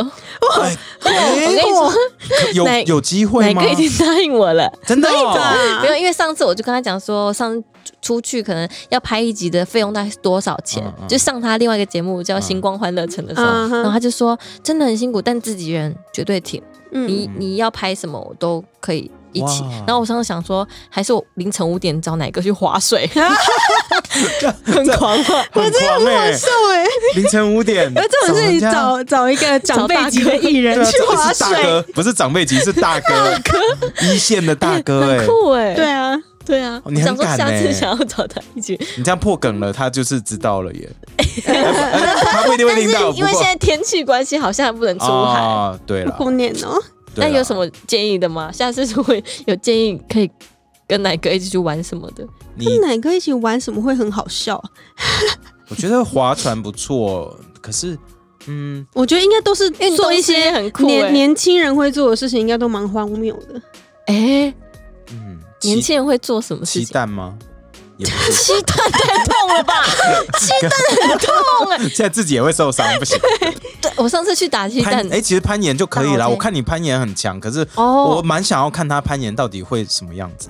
Speaker 1: 哎
Speaker 3: 我跟你说，
Speaker 1: 可有
Speaker 3: 哪
Speaker 1: 有机会
Speaker 3: 奶
Speaker 1: 吗
Speaker 3: 哥？已经答应我了。
Speaker 1: 真的哦
Speaker 2: 啊
Speaker 3: 没有，因为上次我就跟他讲说，上次出去可能要拍一集的费用大概是多少钱，
Speaker 1: 嗯嗯
Speaker 3: 就上他另外一个节目叫《星光欢乐城》的时候，
Speaker 2: 嗯哼
Speaker 3: 然后他就说真的很辛苦，但自己人绝对挺，
Speaker 2: 嗯，
Speaker 3: 你你要拍什么我都可以。一起
Speaker 1: 哇，
Speaker 3: 然后我上次想说，还是我凌晨五点找哪个去划水，很狂啊妄。
Speaker 1: 我这样很好欸
Speaker 2: 瘦哎、
Speaker 1: 凌晨五点，
Speaker 2: 那这种事
Speaker 1: 人
Speaker 2: 情
Speaker 1: 家
Speaker 2: 找找 一个长辈级的艺人
Speaker 1: 对啊，
Speaker 2: 去
Speaker 1: 这个
Speaker 2: 划
Speaker 1: 是大
Speaker 2: 水，
Speaker 1: 哥，不是长辈级，是大哥，一线的大哥哎
Speaker 3: 很。酷哎、
Speaker 2: 对啊，
Speaker 3: 对啊，
Speaker 1: 哦你很
Speaker 3: 想说
Speaker 1: 敢
Speaker 3: 下次
Speaker 1: 欸
Speaker 3: 想要找他一起，
Speaker 1: 你这样破梗了，他就是知道 了耶。哎他不一定会
Speaker 3: 但是
Speaker 1: 听到，不
Speaker 3: 因为
Speaker 1: 过
Speaker 3: 现在天气关系，好像还不能出海。
Speaker 1: 哦，对了，
Speaker 2: 过年哦、
Speaker 1: 对啊
Speaker 3: 那
Speaker 1: 啦
Speaker 3: 有什么建议的吗？下次如果有建议，可以跟奶哥一起去玩什么的？
Speaker 1: 你
Speaker 2: 跟奶哥一起玩什么会很好笑？
Speaker 1: 我觉得划船不错，可是，嗯，
Speaker 2: 我觉得应该都是做一些
Speaker 3: 很酷、
Speaker 2: 年
Speaker 3: 欸，
Speaker 2: 年轻人会做的事情，应该都蛮荒谬 的。
Speaker 3: 哎、
Speaker 1: 嗯，
Speaker 3: 年轻人会做什么事
Speaker 1: 鸡
Speaker 3: 情？
Speaker 1: 蛋吗？也不 是，
Speaker 3: 鸡蛋太痛了吧！鸡蛋很痛哎、
Speaker 1: 现在自己也会受伤，不行。
Speaker 3: 对，我上次去打鸡
Speaker 1: 攀
Speaker 3: 蛋，
Speaker 1: 哎，其实攀岩就可以
Speaker 3: 大
Speaker 1: 啦。
Speaker 3: 老
Speaker 1: 我看你攀岩很强，可是我
Speaker 3: 哦，
Speaker 1: 蛮想要看他攀岩到底会什么样子。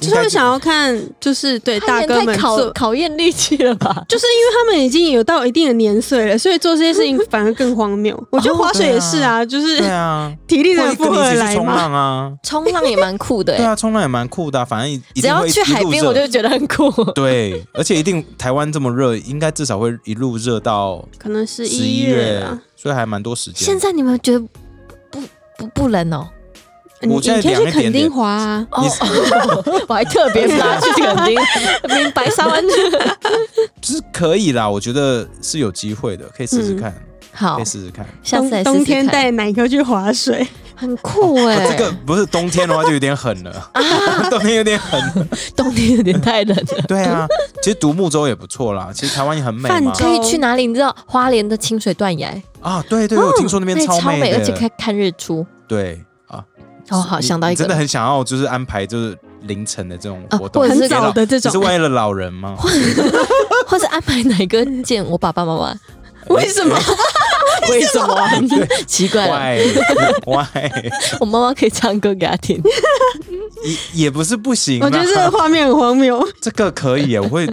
Speaker 2: 就是会想要看，就是对哎大
Speaker 3: 攀岩
Speaker 2: 哥们
Speaker 3: 太考
Speaker 2: 做，
Speaker 3: 考验力气了吧？
Speaker 2: 就是因为他们已经有到一定的年岁了，所以做这些事情反而更荒谬。我觉得划水也是啊，就是
Speaker 1: 对 啊，
Speaker 2: 体力
Speaker 1: 或
Speaker 2: 的
Speaker 1: 者跟
Speaker 2: 负荷
Speaker 1: 你
Speaker 2: 而
Speaker 1: 一起去
Speaker 2: 来
Speaker 1: 冲
Speaker 2: 嘛。
Speaker 1: 浪啊，
Speaker 3: 冲浪也蛮酷的、欸，
Speaker 1: 对啊，冲浪也蛮酷的啊，反正一一
Speaker 3: 只
Speaker 1: 定
Speaker 3: 要
Speaker 1: 会
Speaker 3: 去海
Speaker 1: 一路
Speaker 3: 边
Speaker 1: 热
Speaker 3: 我就觉得很酷。
Speaker 1: 对，而且一定台湾这么热，应该至少会一路热到
Speaker 2: 可能十
Speaker 1: 十
Speaker 2: 一
Speaker 1: 一
Speaker 2: 月
Speaker 1: 月
Speaker 2: 啊，，
Speaker 1: 所以还蛮多时间。
Speaker 3: 现在你们觉得不不不冷哦？
Speaker 2: 你你
Speaker 1: 我现
Speaker 2: 可
Speaker 1: 在
Speaker 2: 以
Speaker 1: 量
Speaker 2: 去
Speaker 1: 一点
Speaker 2: 垦丁
Speaker 1: 点
Speaker 2: 滑啊，
Speaker 3: 哦
Speaker 1: 你，
Speaker 3: 我还特别拿去垦丁，明白沙湾。
Speaker 1: 就是可以啦，我觉得是有机会的，可以试试看，
Speaker 3: 嗯好
Speaker 1: 可以，试试看。
Speaker 3: 下次
Speaker 2: 冬
Speaker 3: 来试试
Speaker 2: 冬天
Speaker 3: 看
Speaker 2: 带奶哥去划水，
Speaker 3: 很酷哎、
Speaker 1: 哦这个不是冬天的话就有点狠 了，冬天有点狠。
Speaker 3: 冬天有点太冷 了。
Speaker 1: 对啊，其实独木舟也不错啦，其实台湾也很美
Speaker 2: 泛
Speaker 1: 嘛。
Speaker 2: 舟
Speaker 3: 可以去哪里？你知道花莲的清水断崖，
Speaker 1: 啊，对对，我听说那边
Speaker 3: 哦那里超
Speaker 1: 美
Speaker 3: 而且可以
Speaker 1: 的。
Speaker 3: 看日出。
Speaker 1: 对啊，
Speaker 3: 哦，好，
Speaker 1: 你
Speaker 3: 想到一
Speaker 1: 你
Speaker 3: 个，
Speaker 1: 真的很想要就是安排就是凌晨的这种活
Speaker 3: 啊
Speaker 1: 动，
Speaker 3: 或者是
Speaker 1: 你
Speaker 2: 很
Speaker 1: 给老
Speaker 2: 早的这
Speaker 1: 你是
Speaker 2: 种，
Speaker 1: 为了老 人吗？
Speaker 3: 或者安排哪个见我爸爸妈 妈？
Speaker 2: 为什么？
Speaker 3: 为什么？奇怪了，
Speaker 1: 喂喂，
Speaker 3: 我妈妈可以唱歌给他听。
Speaker 1: 也也不是不行啊。
Speaker 2: 我觉得这个画面很荒谬。
Speaker 1: 这个可以耶，我会，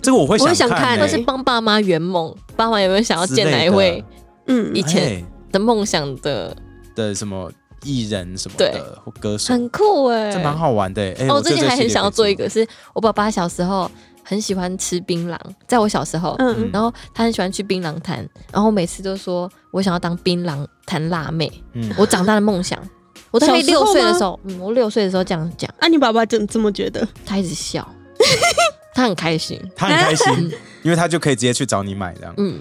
Speaker 1: 这个我会
Speaker 2: 我
Speaker 1: 想
Speaker 2: 会想看
Speaker 1: 欸
Speaker 3: 或是帮爸妈圆梦，爸妈有没有想要见哪一位
Speaker 2: 嗯
Speaker 3: 以前
Speaker 1: 哎
Speaker 3: 的梦想的？
Speaker 1: 的什么艺人什么的或歌手，
Speaker 3: 很酷哎、
Speaker 1: 这蛮好玩的欸。哎，
Speaker 3: 哦，我
Speaker 1: 我觉
Speaker 3: 最
Speaker 1: 得
Speaker 3: 近
Speaker 1: 这
Speaker 3: 还
Speaker 1: 系
Speaker 3: 很
Speaker 1: 列
Speaker 3: 想要
Speaker 1: 可以
Speaker 3: 做一个，是我爸爸小时候很喜欢吃槟榔，在我小时候，
Speaker 2: 嗯，
Speaker 3: 然后他很喜欢去槟榔摊，然后我每次都说我想要当槟榔摊辣妹，
Speaker 1: 嗯，
Speaker 3: 我长大的梦想。我大概
Speaker 2: 小时
Speaker 3: 六
Speaker 2: 候吗
Speaker 3: 岁的时候，嗯，我六岁的时候这样讲，
Speaker 2: 啊那、你爸爸怎么这么觉得？
Speaker 3: 他一直 笑，他很开心，
Speaker 1: 他很 开心，因为他就可以直接去找你买这样。
Speaker 3: 嗯，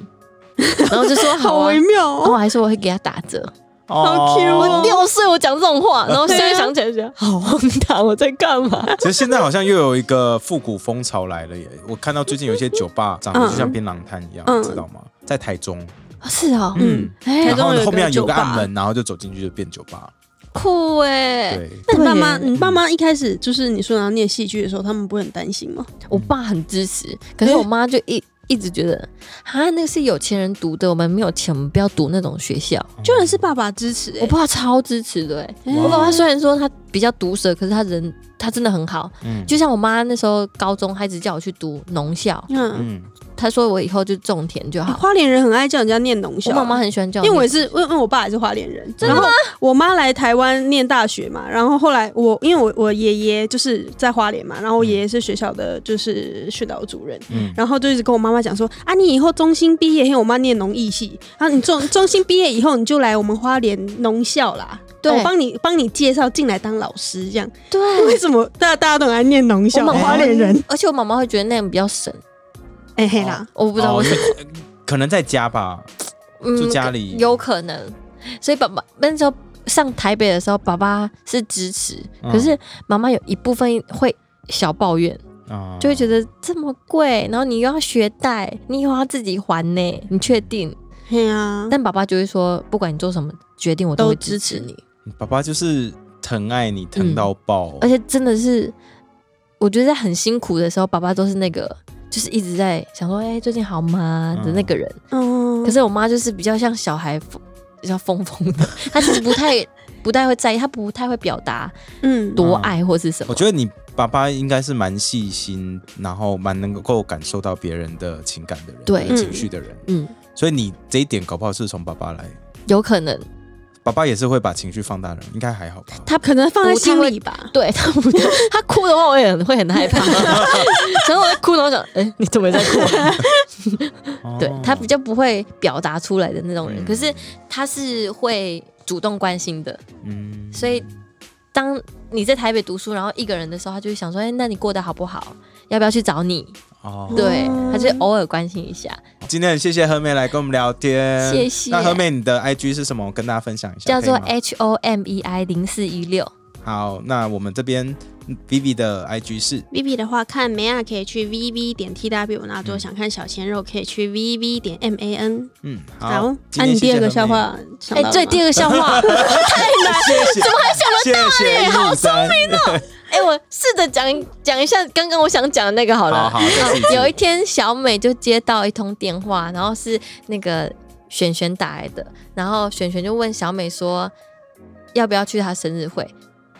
Speaker 3: 然后就 说好
Speaker 2: 好
Speaker 3: 啊，
Speaker 2: 微
Speaker 3: 然
Speaker 2: 妙
Speaker 3: 后
Speaker 2: 哦。
Speaker 3: 我还说我会给他打折。
Speaker 2: 好 cute 哦
Speaker 3: 六岁我讲这种话，然后现在
Speaker 2: 对啊
Speaker 3: 想起来觉得好荒唐，我在干嘛？
Speaker 1: 其实现在好像又有一个复古风潮来了耶！我看到最近有一些酒吧长得就像槟榔摊一样，
Speaker 2: 嗯
Speaker 1: 你知道吗？在台中，
Speaker 3: 哦是哦，
Speaker 2: 嗯
Speaker 1: 嗯，
Speaker 3: 哎
Speaker 1: 然，后
Speaker 2: 台中有一个
Speaker 1: 后面有个暗
Speaker 2: 酒
Speaker 1: 门，然后就走进去就变酒吧。
Speaker 3: 酷哎！
Speaker 1: 对，
Speaker 2: 那你爸妈，
Speaker 3: 对耶
Speaker 2: 你爸妈一开始就是你说你要念戏剧的时候，他们不会很担心吗？
Speaker 3: 我爸很支持，可是我妈就一一直觉得啊，那个是有钱人读的，我们没有钱，我们不要读那种学校。
Speaker 2: 居然是爸爸支持、欸，
Speaker 3: 我爸超支持的、欸，
Speaker 2: 哎
Speaker 1: 哇
Speaker 3: 我爸爸虽然说他比较毒舌，可是他人他真的很好。
Speaker 1: 嗯
Speaker 3: 就像我妈那时候高中，她一直叫我去读农校，
Speaker 2: 嗯，
Speaker 1: 嗯，
Speaker 3: 她说我以后就种田就好。
Speaker 2: 花莲人很爱叫人家念农校
Speaker 3: 我，妈妈很喜欢叫
Speaker 2: 啊因
Speaker 3: 我
Speaker 2: 为
Speaker 3: 念，
Speaker 2: 我也是，因为因为我爸也是花莲人，
Speaker 3: 的
Speaker 2: 然后我妈来台湾念大学嘛，然后后来我因为我我爷爷就是在花莲嘛，然后我爷爷是学校的就是训导主任，
Speaker 1: 嗯
Speaker 2: 然后就一直跟我妈妈讲说啊，你以后中心毕业，因为我妈念农艺系，然后你中中心毕业以后，你就来我们花莲农校啦。
Speaker 3: 对
Speaker 2: 我帮你帮你介绍进来当老师，这样为
Speaker 3: 对，
Speaker 2: 什么大大家都很爱念农校？
Speaker 3: 我妈妈
Speaker 2: 花莲人，，
Speaker 3: 而且我妈妈会觉得那样比较省，
Speaker 2: 哎嘿啦，
Speaker 3: 我不知道
Speaker 1: 哦
Speaker 3: 为什么，
Speaker 1: 因为可能在家吧，住
Speaker 3: 嗯，
Speaker 1: 家里
Speaker 3: 有可能。所以爸爸那时候上台北的时候，爸爸是支持，
Speaker 1: 嗯
Speaker 3: 可是妈妈有一部分会小抱怨，
Speaker 1: 啊
Speaker 3: 就会觉得这么贵，然后你又要学贷，你以后要自己还呢，你确定？
Speaker 2: 对啊，
Speaker 3: 但爸爸就会说，不管你做什么决定，我都
Speaker 2: 都
Speaker 3: 会
Speaker 2: 支
Speaker 3: 支
Speaker 2: 持
Speaker 3: 持你，
Speaker 1: 爸爸就是疼爱你
Speaker 3: 嗯
Speaker 1: 疼到爆，
Speaker 3: 而且真的是，我觉得在很辛苦的时候，爸爸都是那个。就是一直在想说，哎、最近好吗的那个人。
Speaker 2: 嗯，
Speaker 3: 可是我妈就是比较像小孩，比较疯疯的，她其实不太不太会在意，她不太会表达
Speaker 2: 嗯
Speaker 3: 多爱或是什么。
Speaker 1: 我觉得你爸爸应该是蛮细心，然后蛮能够感受到别人的情感的人，
Speaker 3: 对
Speaker 1: 跟情绪的人。
Speaker 3: 嗯，
Speaker 1: 所以你这一点搞不好是从爸爸来，
Speaker 3: 有可能，
Speaker 1: 爸爸也是会把情绪放大的人，应该还好吧？
Speaker 3: 他
Speaker 2: 可 能放在
Speaker 3: 不太
Speaker 2: 心
Speaker 3: 会
Speaker 2: 里吧。
Speaker 3: 对他不，他哭的话，我也很会很害怕。然后我在哭，然后我想，哎、你怎么也在哭、对他比
Speaker 1: 较
Speaker 3: 较不会表达出来的那种人，
Speaker 1: 哦嗯
Speaker 3: 可是他是会主动关心的。
Speaker 1: 嗯
Speaker 3: 所以当你在台北读书，然后一个人的时候，他就会想说，哎、那你过得好不好？要不要去找你？
Speaker 1: 哦
Speaker 3: 对，
Speaker 2: 哦
Speaker 3: 他就偶尔关心一下，
Speaker 1: 今天很谢谢何美来跟我们聊天，
Speaker 3: 谢谢
Speaker 1: 那何美，你的 IG 是什么？我跟大家分享一下，
Speaker 3: 叫做
Speaker 1: 可以吗
Speaker 3: H O M E I 零四一六。
Speaker 1: 好，那我们这边嗯 Vivi 的 IG 是
Speaker 2: Vivi 的话，看梅亚可以去 vv 点 tw，那如果想看小鲜肉可以去 vv 点 man。
Speaker 1: 嗯
Speaker 2: 好
Speaker 1: 好，，今
Speaker 2: 那
Speaker 1: 天
Speaker 2: 你
Speaker 1: 谢谢
Speaker 2: 第二个
Speaker 1: 何
Speaker 2: 笑
Speaker 1: 美
Speaker 2: 话想
Speaker 3: 哎、
Speaker 2: 到了吗，
Speaker 3: 对，第二个笑 话，
Speaker 1: 谢谢，怎么还想得到谢谢好聪明哦！
Speaker 3: 哎、我试着讲讲一下刚刚我想讲的那个好了。
Speaker 1: 好好再 试一次
Speaker 3: 有一天，小美就接到一通电话，然后是那个璇璇打来的，然后璇璇就问小美说要不要去她生日会，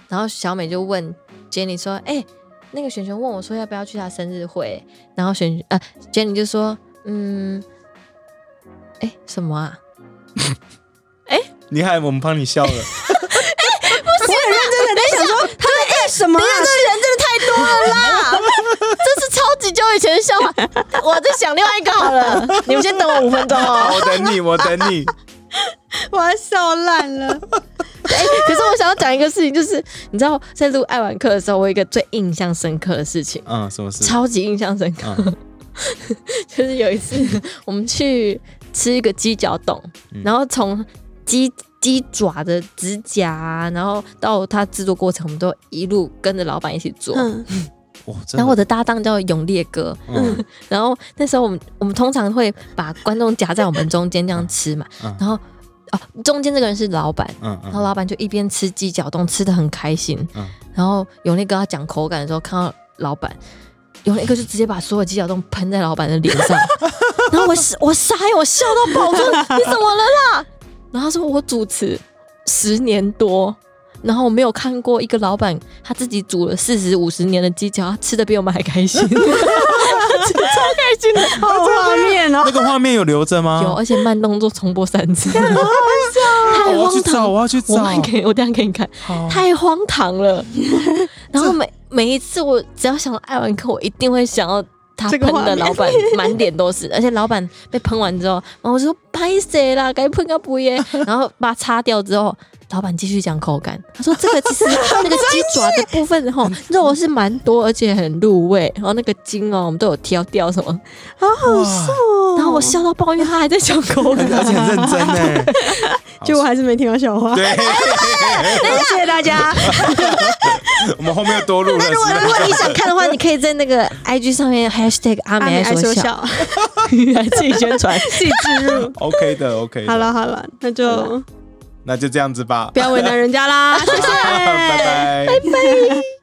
Speaker 3: 然后小美就问杰尼说：“哎、那个璇璇问我说要不要去她生日会？”然后璇呃杰尼就说：“嗯，哎、什么啊？
Speaker 1: 你看我们帮你笑了，
Speaker 2: 我很认真的在想说他在干什么啊？
Speaker 3: 人真的太多了啦， 这是超级久以前的笑话。我在想另外一个好了， 你们先等我五分钟哦。
Speaker 1: 我等你，我等 你。
Speaker 2: 我要笑烂了。
Speaker 3: 哎、可是我想要讲一个事情，就是你知道在录爱玩课的时候，我有一个最印象深刻的事情，
Speaker 1: 嗯，什么事？
Speaker 3: 超级印象深刻，
Speaker 1: 嗯
Speaker 3: 就是有一次我们去吃一个鸡脚冻，
Speaker 1: 嗯
Speaker 3: 然后从鸡。鸡爪的指甲啊，然后到它制作过程，我们都一路跟着老板一起做。
Speaker 2: 嗯
Speaker 1: 哇，哦真的
Speaker 3: 然后我的搭档叫永烈哥，
Speaker 1: 嗯
Speaker 3: 然后那时候我们我们通常会把观众夹在我们中间这样吃嘛，
Speaker 1: 嗯
Speaker 3: 然后哦中间这个人是老板，
Speaker 1: 嗯嗯
Speaker 3: 然后老板就一边吃鸡脚冻，吃的很开心。
Speaker 1: 嗯
Speaker 3: 然后永烈哥他讲口感的时候，看到老板，永烈哥就直接把所有鸡脚冻喷在老板的脸 上。然后我是我傻眼，我笑到爆，我说你怎么了啦？然后他说我主持十年多，然后我没有看过一个老板他自己煮了四十五十年的鸡脚，他吃的比我们还开 心，
Speaker 2: 好画面哦
Speaker 1: 那。个画面有留着吗？
Speaker 3: 有而且慢动作重播三 次，太
Speaker 1: 哦我要去
Speaker 3: 荒
Speaker 1: 找，
Speaker 3: 唐。
Speaker 1: 我要去
Speaker 3: 我
Speaker 1: 找。
Speaker 3: 给我等一下给你看，
Speaker 1: 好
Speaker 3: 太荒唐 了。然后每每一次我只要想到艾文克，我一定会想到他
Speaker 2: 这
Speaker 3: 喷
Speaker 2: 个画
Speaker 3: 的
Speaker 2: 面
Speaker 3: 老板满脸都是，而且老板被喷完之后，然后我就说拍谁啦，该喷个啊不 耶，然后把它擦掉之后。老板继续讲口感，他说这个其实 那个鸡爪的部分吼肉是蛮多，而且很入味，然后那个筋哦我们都有挑掉什
Speaker 2: 哦
Speaker 3: 么，
Speaker 1: 哇，
Speaker 3: 然后我笑到抱怨，他还在讲口 感，
Speaker 1: 而且很认真 呢。
Speaker 2: 结果还是没听到笑话。
Speaker 1: 对，
Speaker 2: 谢谢 大家。
Speaker 1: 我们后面又多录了十
Speaker 3: 如果
Speaker 1: 分
Speaker 3: 如
Speaker 1: 钟。
Speaker 3: 果你想看的话，你可以在那个 IG 上面 hashtag 阿美爱说笑，
Speaker 2: 笑，
Speaker 3: 来 自己宣传。
Speaker 2: 自己置入。
Speaker 1: OK 的，OK 的
Speaker 2: 好，了好了，那就
Speaker 1: 那就这样子吧
Speaker 2: 不。要为难人家啦，谢谢，
Speaker 1: 拜拜。